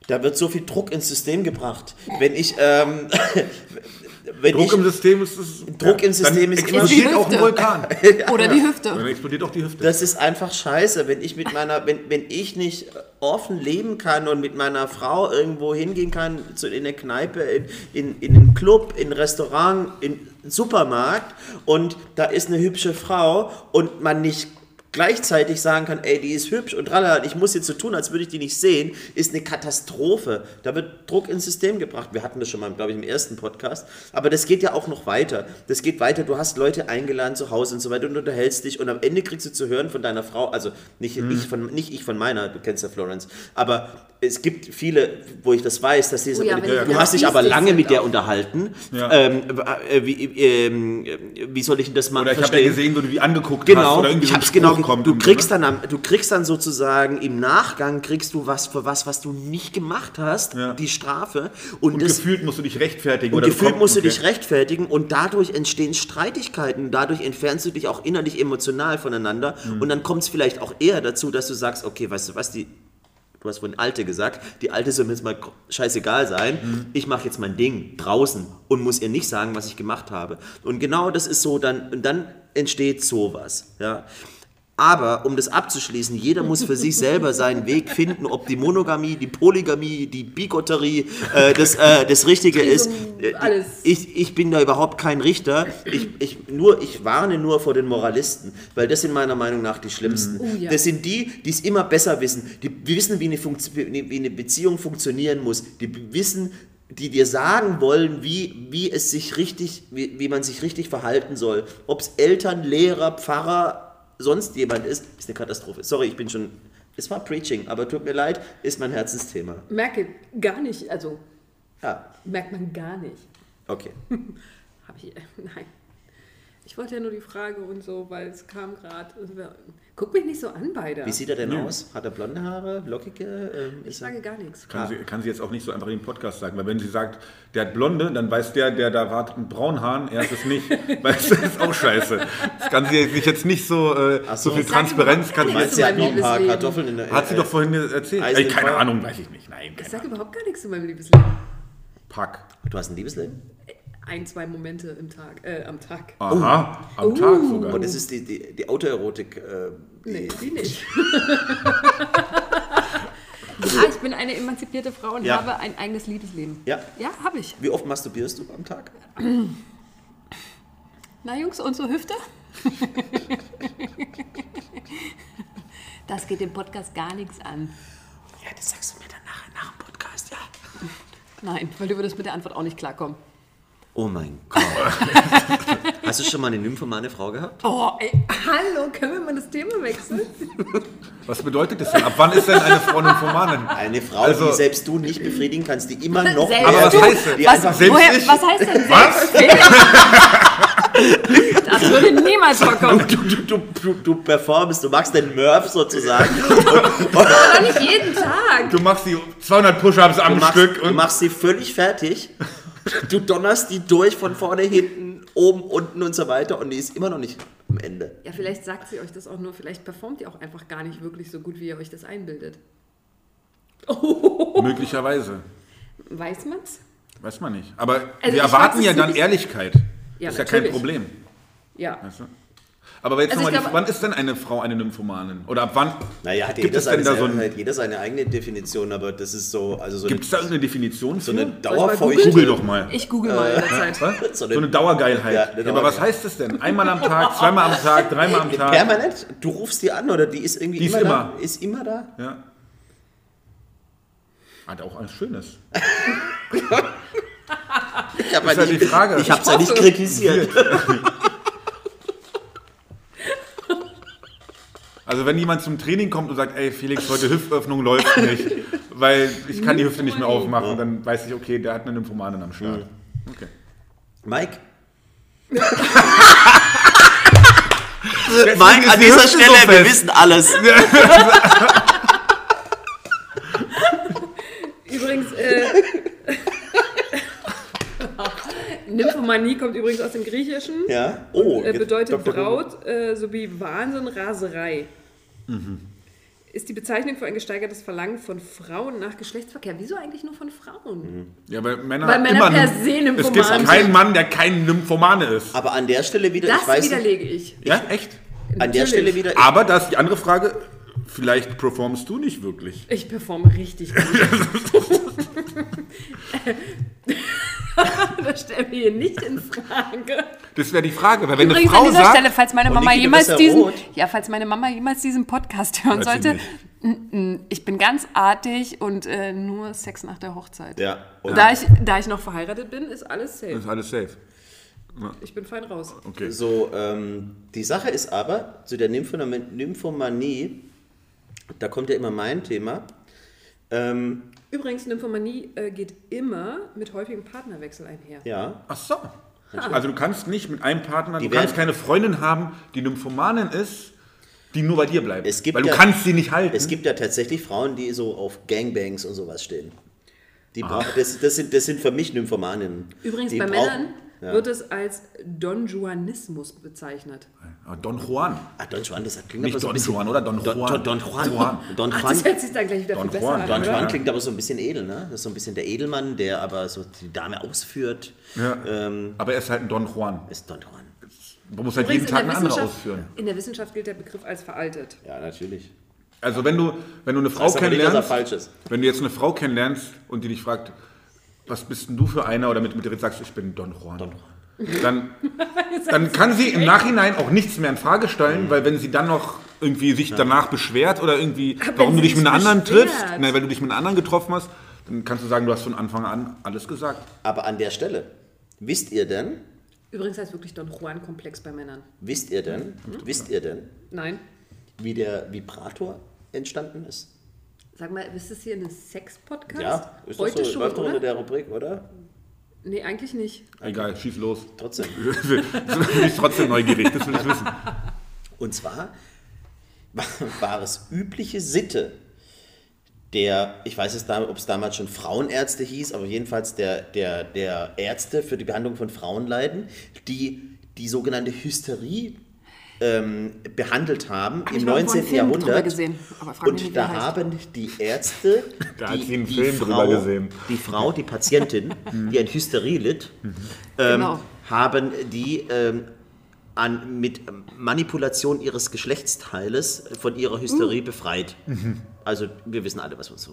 da wird so viel Druck ins System gebracht. Wenn ich, ähm, wenn Druck ich, im System ist, ist Druck im System ist immer- explodiert Ist die auch ein Hüfte. Vulkan. noch. Oder die Hüfte. Dann explodiert auch die Hüfte. das ist einfach scheiße, wenn ich mit meiner, wenn, wenn ich nicht offen leben kann und mit meiner Frau irgendwo hingehen kann, zu, in eine Kneipe, in, in, in einen Club, in ein Restaurant, in einen Supermarkt und da ist eine hübsche Frau und man nicht gleichzeitig sagen kann, ey, die ist hübsch und tralala, ich muss jetzt so tun, als würde ich die nicht sehen, ist eine Katastrophe. Da wird Druck ins System gebracht. Wir hatten das schon mal, glaube ich, im ersten Podcast. Aber das geht ja auch noch weiter. Das geht weiter. Du hast Leute eingeladen zu Hause und so weiter und unterhältst dich und am Ende kriegst du zu hören von deiner Frau, also nicht, Mhm. ich, von, nicht ich von meiner, du kennst ja Florence, aber es gibt viele, wo ich das weiß, dass sie Oh ja, sagen, wenn die du hast dich narzisstisch aber lange sind mit der auch. unterhalten. Ja. Ähm, äh, wie, ähm, wie soll ich denn das mal oder ich habe ja verstehen? gesehen, wo du die angeguckt hast. Genau, Oder irgendwie ich so ein hab's genau. Spruch kommt du und so, kriegst ne? dann, am, du kriegst dann sozusagen im Nachgang kriegst du was für was, was du nicht gemacht hast, Ja. die Strafe. Und, Und das gefühlt musst du dich rechtfertigen. und oder gefühlt bekommt- musst du okay. dich rechtfertigen und dadurch entstehen Streitigkeiten, dadurch entfernst du dich auch innerlich emotional voneinander Mhm. und dann kommt es vielleicht auch eher dazu, dass du sagst, okay, weißt du was, die, du hast vorhin Alte gesagt, die Alte soll mir jetzt mal gro- scheißegal sein, ich mache jetzt mein Ding draußen und muss ihr nicht sagen, was ich gemacht habe. Und genau das ist so, dann, und dann entsteht sowas, ja. Aber um das abzuschließen, jeder muss für sich selber seinen Weg finden, ob die Monogamie, die Polygamie, die Bigotterie äh, das, äh, das Richtige ist. Äh, alles. Ich, ich bin da überhaupt kein Richter. Ich, ich, nur, ich warne nur vor den Moralisten, weil das sind meiner Meinung nach die Schlimmsten. ja. Das sind die, die es immer besser wissen. Die wissen, wie eine, Funktio- wie eine Beziehung funktionieren muss. Die wissen, die dir sagen wollen, wie, wie es sich richtig, wie, wie man sich richtig verhalten soll. Ob es Eltern, Lehrer, Pfarrer, sonst jemand ist, ist eine Katastrophe. Sorry, ich bin schon. Es war Preaching, aber tut mir leid, ist mein Herzensthema. Merke gar nicht, also Ja, merkt man gar nicht. okay. Hab ich, nein. Ich wollte ja nur die Frage und so, weil es kam gerade. Guck mich nicht so an, beide. Wie Ich sieht er denn aus? Hat er blonde Haare, lockige? Ähm, ist er sage gar nichts. Kann, sie, kann sie jetzt auch nicht so einfach in den Podcast sagen, weil wenn sie sagt, der hat Blonde, dann weiß der, der da wartet, einen braunen Haaren, er ist es nicht. Weißt du, das ist auch scheiße. Das kann sie sich jetzt nicht so, äh, Ach so, so. viel Sag mir Transparenz mal, kann sie was Meinst jetzt du, er hat mein noch ein paar Liebesleben. Kartoffeln in der Hat sie doch vorhin erzählt. Eisen Ey, keine Feuer. Ahnung, weiß ich nicht. Nein, Ich keine sage überhaupt gar nichts zu meinem Liebesleben. Pack. Du hast ein Liebesleben? Oh. Ein, zwei Momente im Tag, äh, am Tag. Aha, Oh. am Tag sogar. Oh. Und es ist die, die, die Autoerotik. Äh, die- Nee, die nicht. ja, ich bin eine emanzipierte Frau und Ja. habe ein eigenes Liebesleben. Ja. Ja, habe ich. Wie oft masturbierst du am Tag? Na Jungs, und so Hüfte? Das geht dem Podcast gar nichts an. Ja, das sagst du mir dann nachher nach dem Podcast, ja. Nein, weil du würdest mit der Antwort auch nicht klarkommen. Oh mein Gott. hast du schon mal eine nymphomane Frau gehabt? Oh, ey, hallo, können wir mal das Thema wechseln? Was bedeutet das denn? Ab wann ist denn eine Frau Nymphomanin? Eine Frau, Also- die selbst du nicht befriedigen kannst, die immer noch. Selbst Aber was mehr- heißt das? die was, einfach selbst woher, ich? was heißt denn Was? selbst? Das würde niemals vorkommen. Du, du, du, du, du performst, du machst den Murph sozusagen. Aber nicht jeden Tag. Du machst die 200 Push-Ups am Du machst, Stück du und machst sie völlig fertig. Du donnerst die durch von vorne, hinten, oben, unten und so weiter und die ist immer noch nicht am Ende. Ja, vielleicht sagt sie euch das auch nur, vielleicht performt ihr auch einfach gar nicht wirklich so gut, wie ihr euch das einbildet. möglicherweise. Weiß man's? Weiß man nicht. Aber Also ich wir erwarten weiß es ja dann nicht. Ehrlichkeit. Ja, ist ja natürlich. kein Problem. Ja. Weißt du? Aber jetzt Also nochmal, ich die- glaube- wann ist denn eine Frau eine Nymphomanin? Oder ab wann Naja, hat gibt jeder es denn seine, da so selber- ein, hat jeder seine eigene Definition, aber das ist so, also so Gibt es da irgendeine Definition für? eine, so eine ich mal Dauerfeuchte. Google doch mal. Ich google mal in der Äh. Zeit. Was? So So eine- eine, Dauergeilheit. Ja, Ja, eine aber was Dauergeil- heißt das denn? Einmal am Tag, zweimal am Tag, dreimal am Tag? Permanent? Du rufst die an oder die ist irgendwie Die ist immer, da? immer. Ist immer da? Ja. Hat auch alles Schönes. Ich habe ist ja die Frage. Ich hab's ja nicht kritisiert. Also wenn jemand zum Training kommt und sagt, ey Felix, heute Hüftöffnung läuft nicht, weil ich kann die Hüfte nicht mehr aufmachen, dann weiß ich, okay, der hat eine Nymphomanin am Start. Okay. Mike? ist die Hüfte so fest. wissen alles. Übrigens, äh, Nymphomanie kommt übrigens aus dem Griechischen. Ja. Oh, äh, jetzt- bedeutet Dr. Google. Braut äh, sowie Wahnsinn, Raserei. Mhm. Ist die Bezeichnung für ein gesteigertes Verlangen von Frauen nach Geschlechtsverkehr. Wieso eigentlich nur von Mhm. Frauen? Ja, weil Männer, Weil Männer immer per Nymph- se Es Nymphomanen gibt sind. keinen Mann, der kein Nymphomane ist. Aber an der Stelle wieder, Das ich weiß nicht, widerlege ich. Ja, echt? an der Natürlich. Stelle wieder, ich, Aber da ist die andere Frage, vielleicht performst du nicht wirklich. Ich performe richtig gut. das stellen wir hier nicht in Frage. Das wäre die Frage, weil wenn eine Übrigens an Frau dieser sagt, Stelle, falls meine Oh, Mama Niki, du jemals bist ja diesen, rot. ja, falls meine Mama jemals diesen Podcast hören Hört sie sollte, nicht. n- n- ich bin ganz artig und äh, nur Sex nach der Hochzeit. ja, Also. und Da, ich, da ich noch verheiratet bin, ist alles safe. ist alles safe. Ich bin fein raus. Okay. so, ähm, die Sache ist aber, zu der Nymphoma- Nymphomanie, da kommt ja immer mein Thema, ähm, Übrigens, Nymphomanie äh, geht immer mit häufigem Partnerwechsel einher. ja, Ach so. Also du kannst nicht mit einem Partner, Die du kannst werden- keine Freundin haben, die Nymphomanin ist, die nur bei dir bleibt. Es gibt weil du ja- kannst sie nicht halten. es gibt ja tatsächlich Frauen, die so auf Gangbangs und sowas stehen. Die brauchen, das, das, sind, das sind für mich Nymphomaninnen. Übrigens, die bei brauchen- Männern wird es als Don Juanismus bezeichnet. Ah, Don Juan. Ah, Don Juan, das klingt Nicht aber so ein Don bisschen... Juan, oder? Don Don, Don, Juan. Don Juan. Don Ach, Juan. Ah, das hört sich dann gleich wieder Don viel Juan, besser Don Don an, oder? Juan Ja. klingt aber so ein bisschen edel, ne? Das ist so ein bisschen der Edelmann, der aber so die Dame ausführt. Ja. Ähm, Aber er ist halt ein Don Juan. ist Don Juan. Man muss halt jeden Übrigens, Tag eine in, der andere Wissenschaft, ausführen. in der Wissenschaft gilt der Begriff als veraltet. Ja, natürlich. Also wenn du, wenn du eine Frau Weiß aber nicht, dass er kennenlernst, falsch ist. wenn du jetzt eine Frau kennenlernst und die dich fragt, was bist denn du für einer oder mit, mit der sagst, ich bin Don Juan. Dann, dann kann sie im Nachhinein auch nichts mehr in Frage stellen, weil wenn sie dann noch irgendwie sich danach beschwert oder irgendwie, warum wenn du sie dich mit sich einer anderen beschwert. triffst, nein, weil du dich mit einer anderen getroffen hast, dann kannst du sagen, du hast von Anfang an alles gesagt. Aber an der Stelle, wisst ihr denn, Übrigens heißt wirklich Don Juan-Komplex bei Männern. wisst ihr denn, Mhm. wisst ihr denn, Nein. wie der Vibrator entstanden ist? Sag mal, ist das hier ein Sex-Podcast? Ja, ist Heute doch so, schon, läuft doch unter oder? der Rubrik, oder? Nee, eigentlich nicht. Egal, schieß los. Trotzdem. Bin ich trotzdem neugierig, das will ich wissen. Und zwar war, war es übliche Sitte der, ich weiß es da, ob es damals schon Frauenärzte hieß, aber jedenfalls der, der, der Ärzte für die Behandlung von Frauenleiden, die die sogenannte Hysterie ähm, behandelt haben im ich mal irgendwo 19. einen Film drüber Jahrhundert. gesehen, aber frag mich und nicht, wie da er heißt. haben die Ärzte, Da hat die, sie einen die, Film drüber Frau, gesehen. Mhm. die Frau, die Patientin, die an Hysterie litt, ähm, Genau. haben die ähm, an, mit ähm, Manipulation ihres Geschlechtsteiles von ihrer Mhm. Hysterie befreit. Also wir wissen alle, was wir uns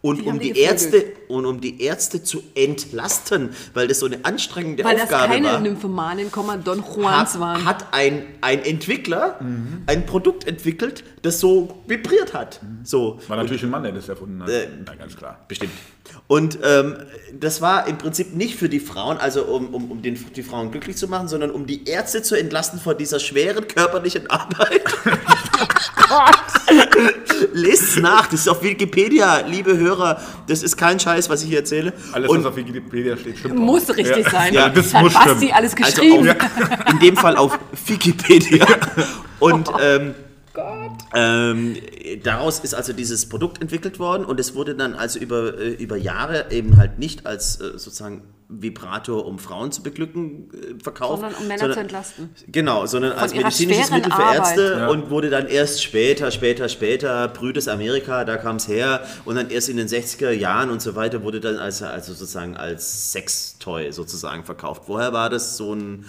und haben um die die Ärzte und um die Ärzte zu entlasten, weil das so eine anstrengende Weil das Aufgabe keine war. Nymphomanen, Don Juans Hat, waren. Mhm. hat ein, ein Entwickler ein Produkt entwickelt, das so vibriert hat. Mhm. So. War natürlich ein Mann, der das erfunden hat. Äh, Na, ganz klar. Bestimmt. Und ähm, das war im Prinzip nicht für die Frauen, also um, um, um den, die Frauen glücklich zu machen, sondern um die Ärzte zu entlasten von dieser schweren körperlichen Arbeit. Lest nach, das ist auf Wikipedia, liebe Hörer. Das ist kein Scheiß, was ich hier erzähle. Alles, Und was auf Wikipedia steht, stimmt. Muss auch. richtig ja. sein. Ja, das das hat muss Basti stimmen. alles Also geschrieben. auf, in dem Fall auf Wikipedia. Und Oh ähm, ähm, daraus ist also dieses Produkt entwickelt worden und es wurde dann also über, äh, über Jahre eben halt nicht als äh, sozusagen Vibrator, um Frauen zu beglücken, äh, verkauft. Sondern um Männer zu entlasten. Genau, sondern als ihrer medizinisches schweren Mittel für Arbeit. Ärzte Ja. und wurde dann erst später, später, später, brüdes Amerika, da kam es her und dann erst in den 60er Jahren und so weiter wurde dann als, also sozusagen als Sextoy sozusagen verkauft. Vorher war das so ein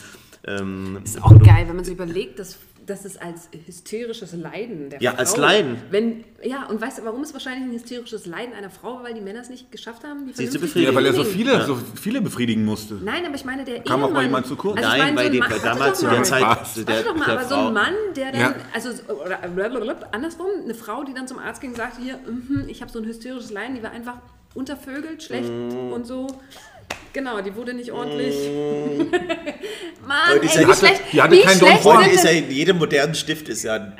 ähm, ist auch geil, wenn man sich überlegt, dass, dass es als hysterisches Leiden der Ja, Frau... als Leiden. Wenn, ja, und weißt du, warum ist wahrscheinlich ein hysterisches Leiden einer Frau? war, Weil die Männer es nicht geschafft haben, die Sie zu vernünftig befriedigen. Ja, weil er so befriedigen. viele, so viele befriedigen musste. Nein, aber ich meine, der Kam auch Ehemann... mal jemand zu kurz? Also ich Nein, meine, weil so ein die Mann- damals zu Warte der doch mal. Warte Zeit der, Warte doch mal, der aber so Frau- ein Mann, der dann, Ja. also so- oder blablabla, andersrum, eine Frau, die dann zum Arzt ging und sagte, hier, mhm, ich habe so ein hysterisches Leiden, die war einfach untervögelt, schlecht Mhm. und so. Genau, die wurde nicht ordentlich. Mann, Mhm. die ey, wie hatte- schlecht, die hatte wie keinen schlecht Don Juan, Heute sind ist ja denn, in jedem modernen Stift ist ja ein,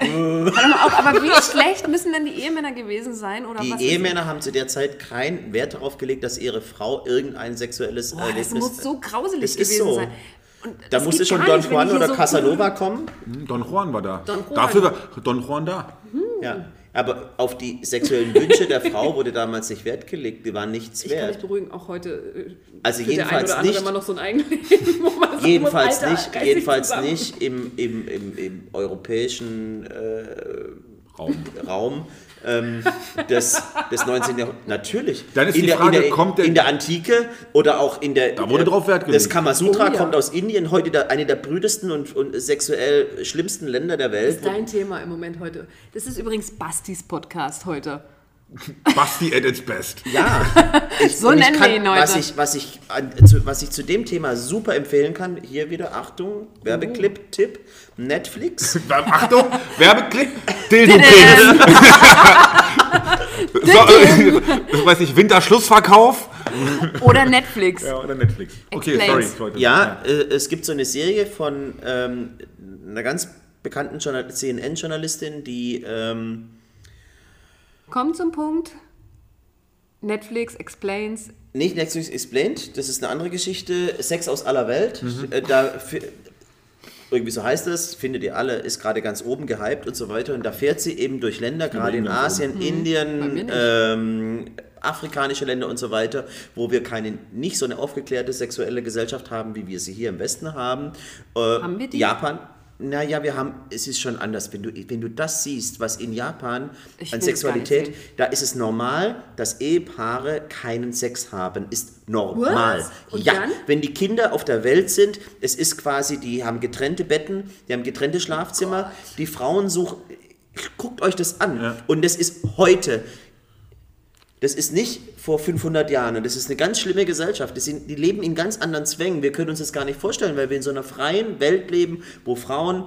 Warte mal auf, aber wie schlecht müssen denn die Ehemänner gewesen sein? Oder die was ist- Ehemänner haben zu der Zeit keinen Wert darauf gelegt, dass ihre Frau irgendein sexuelles Boah, Erlebnis das muss so grauselig Es ist gewesen so. sein. Und Da es musste geht schon gar Don nicht, wenn Juan die hier oder so- Casanova kommen. Hm, Don Juan war da. Don Juan. Dafür war Don Juan da. Ja. Aber auf die sexuellen Wünsche der Frau wurde damals nicht Wert gelegt. Die waren nichts Ich kann mich wert. beruhigen, auch heute äh, Also führt der ein jedenfalls oder andere nicht. immer noch so ein Eigenleben, wo man sagt, Jedenfalls Alter, nicht, reiß dich jedenfalls zusammen. nicht im, im, im, im europäischen äh, Raum. Raum ähm, des, des 19. Jahrhunderts. Natürlich. Dann ist die der, Frage, in der, kommt der- in der Antike oder auch in der. äh, Da wurde drauf Wert gelegt. Das Kamasutra Oh ja. kommt aus Indien, heute da, eine der brüdesten und, und sexuell schlimmsten Länder der Welt. Das ist dein Thema im Moment heute. Das ist übrigens Bastis Podcast heute. Basti at its best. Ja, ich, So und ich nennen kann, wir ihn heute. Was ich, was, ich, an- zu, was ich zu dem Thema super empfehlen kann, hier wieder, Achtung, Werbeclip, Tipp, Netflix. Achtung, Werbeklick. Dildo-Penis. so, ich weiß nicht, Winterschlussverkauf. Oder Netflix. Ja, oder Netflix. Okay, Explains. sorry. Leute. Ja, äh, es gibt so eine Serie von ähm, einer ganz bekannten Journal- CNN-Journalistin, die, ähm, Komm zum Punkt. Netflix explains. nicht Netflix Explained, das ist eine andere Geschichte, Sex aus aller Welt, äh, da... fi- Irgendwie so heißt es, findet ihr alle, ist gerade ganz oben gehypt und so weiter. Und da fährt sie eben durch Länder, gerade in ganz Asien, Mhm. Bei mir Indien, nicht. ähm, afrikanische Länder und so weiter, wo wir keine nicht so eine aufgeklärte sexuelle Gesellschaft haben, wie wir sie hier im Westen haben. Äh, Haben wir die? Japan. Naja, wir haben, es ist schon anders. Wenn du, wenn du das siehst, was in Japan Ich an will es gar nicht Sexualität, sehen. da ist es normal, dass Ehepaare keinen Sex haben. Ist normal. Was? Und ja, dann? wenn die Kinder auf der Welt sind, es ist quasi, die haben getrennte Betten, die haben Oh getrennte Schlafzimmer, die Frauen suchen. Guckt euch das an. Ja. Und das ist heute. Das ist nicht vor 500 Jahren und das ist eine ganz schlimme Gesellschaft. Das sind, die leben in ganz anderen Zwängen. Wir können uns das gar nicht vorstellen, weil wir in so einer freien Welt leben, wo Frauen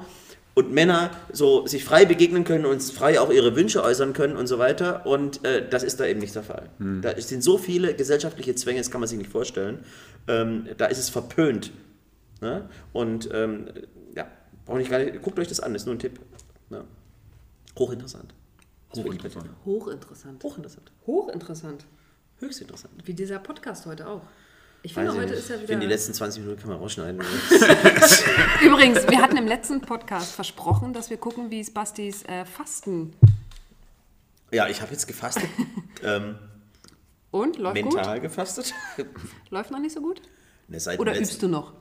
und Männer so sich frei begegnen können und frei auch ihre Wünsche äußern können und so weiter. Und äh, das ist da eben nicht der Fall. Da sind so viele gesellschaftliche Zwänge, das kann man sich nicht vorstellen. Ähm, da ist es verpönt. Ne? Und ähm, ja, brauche ich gar nicht. Guckt euch das an, ist nur ein Tipp. Ne? Hochinteressant. Hochinteressant. Hochinteressant. Hochinteressant. Hochinteressant. Höchst interessant. Wie dieser Podcast heute auch. Ich Weiß finde, ich Genau, heute nicht. ist ja ich finde, die wieder. letzten 20 Minuten kann man rausschneiden. Übrigens, wir hatten im letzten Podcast versprochen, dass wir gucken, wie es Bastis äh, Fasten. ja, ich habe jetzt gefastet. ähm, Und? Läuft mental gefastet. gut? Läuft noch nicht so gut? Ne, seit, Oder dem übst du letzten, noch?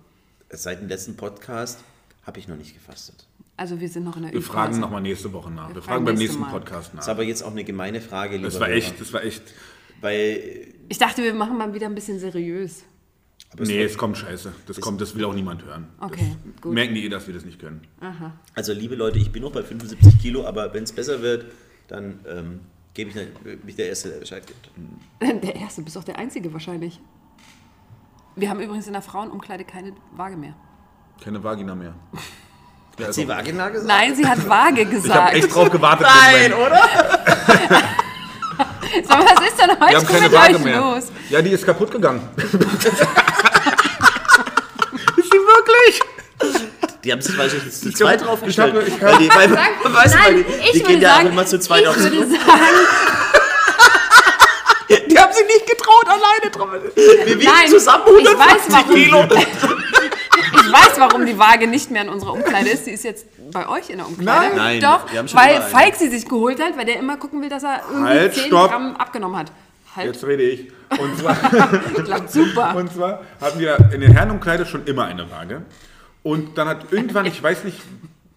seit dem letzten Podcast habe ich noch nicht gefastet. Also, wir sind noch in der Wir fragen Übphase. nochmal nächste Woche nach. Wir, fragen fragen beim nächste nächsten Mal. Podcast Das nach. ist aber jetzt auch eine gemeine Frage, lieber Das war Hörer. echt, das war echt. Weil, Ich dachte, wir machen mal wieder ein bisschen seriös. aber es Nee, war- es kommt scheiße. Das kommt, das will auch niemand hören. Okay, das gut. Merken die eh, dass wir das nicht können. also liebe Leute, ich bin noch bei 75 Kilo, aber wenn es besser wird, dann ähm, gebe ich ne- mich der Erste, der Bescheid gibt. Der Erste, bist auch der Einzige wahrscheinlich. Wir haben übrigens in der Frauenumkleide keine Waage mehr. Keine Vagina mehr. Ja, Hat also, sie Vagina gesagt? Nein, sie hat Waage ich habe gesagt. echt drauf gewartet. Nein, Moment. oh oder? Sag mal, was ist denn Wir heute haben keine mit Waage euch mehr. los? Ja, die ist kaputt gegangen. ist sie wirklich? Die haben sich wahrscheinlich zu Ich glaub, zweit ich draufgestellt. hab- ich Weil die- weil- Sagen, weißt du, weil nein, die- ich Die würde gehen ja sagen, auch immer zu zweit ich auf würde sagen, die haben sich nicht getraut, alleine drum. Wir Nein, wiegen zusammen ich weiß, 150 warum. Kilo. Ich weiß, warum die Waage nicht mehr in unserer Umkleide ist. Sie ist jetzt bei euch in der Umkleide. Nein. Nein, Doch, wir haben schon weil überall eine. Falk sie sich geholt hat, weil der immer gucken will, dass er irgendwie Halt, 10 stopp. Gramm abgenommen hat. Halt, Jetzt rede ich. Und zwar, klappt super. und zwar hatten wir in den Herrenumkleide schon immer eine Waage. Und dann hat irgendwann, ich weiß nicht,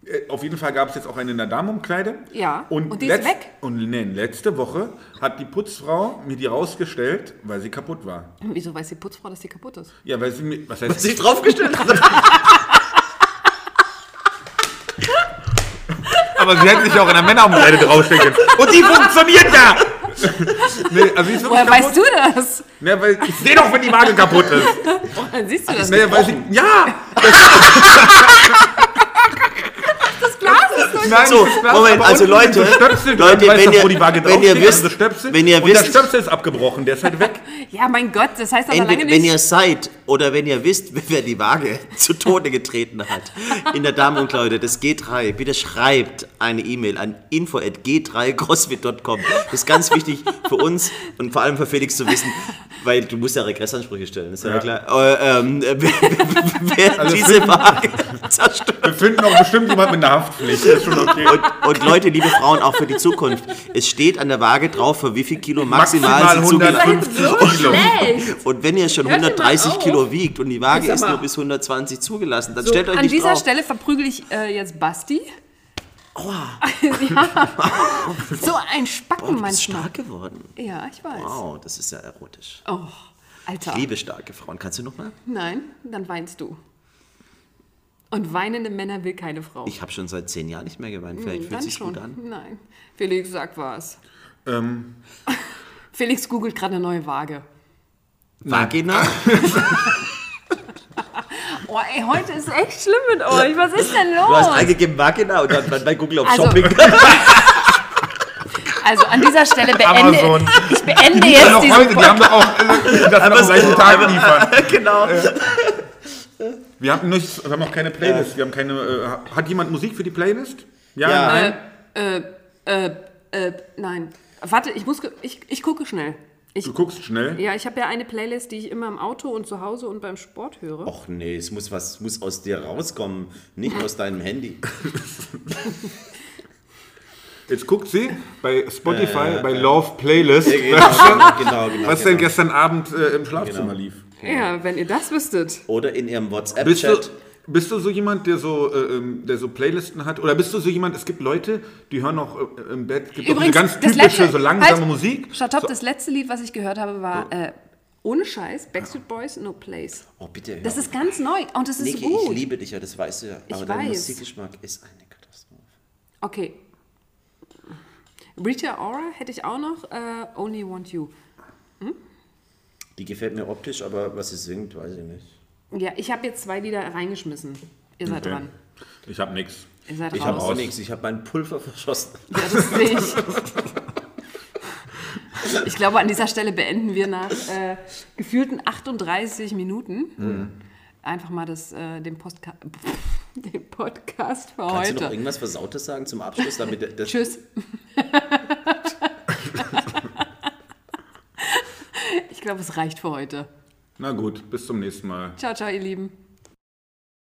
äh, auf jeden Fall gab es jetzt auch eine in der Damenumkleide. Ja, Und, und die ist letzt- weg. Und nee, letzte Woche hat die Putzfrau mir die rausgestellt, weil sie kaputt war. Wieso weiß die Putzfrau, dass die kaputt ist? Ja, weil sie mir, was heißt Sich draufgestellt. Aber sie hätte sich auch in der Männerumkleide draufstellen können. Und die funktioniert ja! nee, also sie ist wirklich Woher kaputt. weißt du das? Nee, weil ich sehe doch, wenn die Waage kaputt ist. Dann siehst du das. Nee, weil sie, ja! Das Glas ist durch. Nein, So, das Glas, Moment, aber also unten sind Leute, so Stöpsel, drin, Leute, weißt wenn du, ihr- wo die Waage wenn ihr draufsteht, wisst- also Stöpsel, wenn ihr und wisst- der Stöpsel ist abgebrochen, der ist halt weg. Ja, mein Gott, das heißt aber lange Entweder, nicht. wenn ihr seid oder wenn ihr wisst, wer die Waage zu Tode getreten hat in der Damenumkleide des G3, bitte schreibt eine E-Mail an info@g3crossfit.com. Das ist ganz wichtig für uns und vor allem für Felix zu wissen, weil du musst ja Regressansprüche stellen, ist ja, Ja. klar. Äh, ähm, äh, wer wer Also diese Waage zerstört. Wir finden auch bestimmt jemanden mit einer Haftpflicht, das ist schon okay. Und Leute, liebe Frauen, auch für die Zukunft, es steht an der Waage drauf, für wie viel Kilo maximal, Maximal sie zugelassen 150 Kilo. Schlecht. Und wenn ihr schon Hört ihr mal 130 auf? Kilo wiegt und die Waage Sag ist mal. nur bis 120 zugelassen, dann So, stellt euch an nicht dieser drauf. Stelle verprügel ich äh, jetzt Basti. Aua. ja. So ein Spacken Oh, du bist manchmal. stark geworden. Ja, ich weiß. Wow, das ist ja erotisch. Oh, Alter. Ich liebe starke Frauen. Kannst du noch mal? Nein, dann weinst du. Und weinende Männer will keine Frau. Ich habe schon seit zehn Jahren nicht mehr geweint. Vielleicht fühlt Hm, dann sich's schon. gut an. Nein. Felix, sag was. Ähm, Felix googelt gerade eine neue Waage. Vagina? Oh, ey, heute ist echt schlimm mit euch. Was ist denn Du hast los? eingegeben Vagina und dann bei Google auf Oh. Also- Shopping. Also an dieser Stelle beende Amazon. ich beende die jetzt noch diese heute, die haben Folge. doch auch, äh, das am gleichen Tag liefern. Äh, genau. Wir haben, nicht, wir haben auch keine Playlist, wir haben keine, äh, hat jemand Musik für die Playlist? Ja. nein. Äh, nein. Warte, ich muss ge- ich, ich gucke schnell. Ich, Du guckst schnell. ja, ich habe ja eine Playlist, die ich immer im Auto und zu Hause und beim Sport höre. Och nee, es muss was muss aus dir rauskommen, nicht aus deinem Handy. Jetzt guckt sie bei Spotify, bei Love Playlist, genau, genau, genau. was denn gestern Abend äh, im Schlafzimmer lief. Ja, wenn ihr das wüsstet. Oh, Oder in ihrem Bist du, WhatsApp-Chat. bist du so jemand, der so, äh, ähm, der so Playlisten hat? Oder bist du so jemand, es gibt Leute, die hören auch äh, im Bett, gibt auch diese ganz das typische, letzte- so langsame halt, Musik? Stopp, stopp, so, das letzte Lied, was ich gehört habe, war äh, ohne Scheiß Backstreet Boys No Place. Oh, bitte. Hör. Das ist ganz neu und das ist Niki, ich gut. liebe dich ja, das weißt du ja. Ich Aber dein weiß. Musikgeschmack ist eine Katastrophe. Okay. Rita Ora hätte ich auch noch. Äh, Only Want You. Die gefällt mir optisch, aber was sie singt, weiß ich nicht. Ja, ich habe jetzt zwei Lieder reingeschmissen. Ihr seid Okay. dran. ich habe nichts. Ihr seid Ich raus. habe raus. auch nichts, ich habe meinen Pulver verschossen. Ja, das sehe ich. Ich glaube, an dieser Stelle beenden wir nach äh, gefühlten 38 Minuten Mhm. einfach mal das, äh, den, Postka den Podcast für Kannst du noch heute. irgendwas Versautes sagen zum Abschluss, damit der- das Tschüss. ich glaube, es reicht für heute. Na gut, bis zum nächsten Mal. Ciao, ciao, ihr Lieben.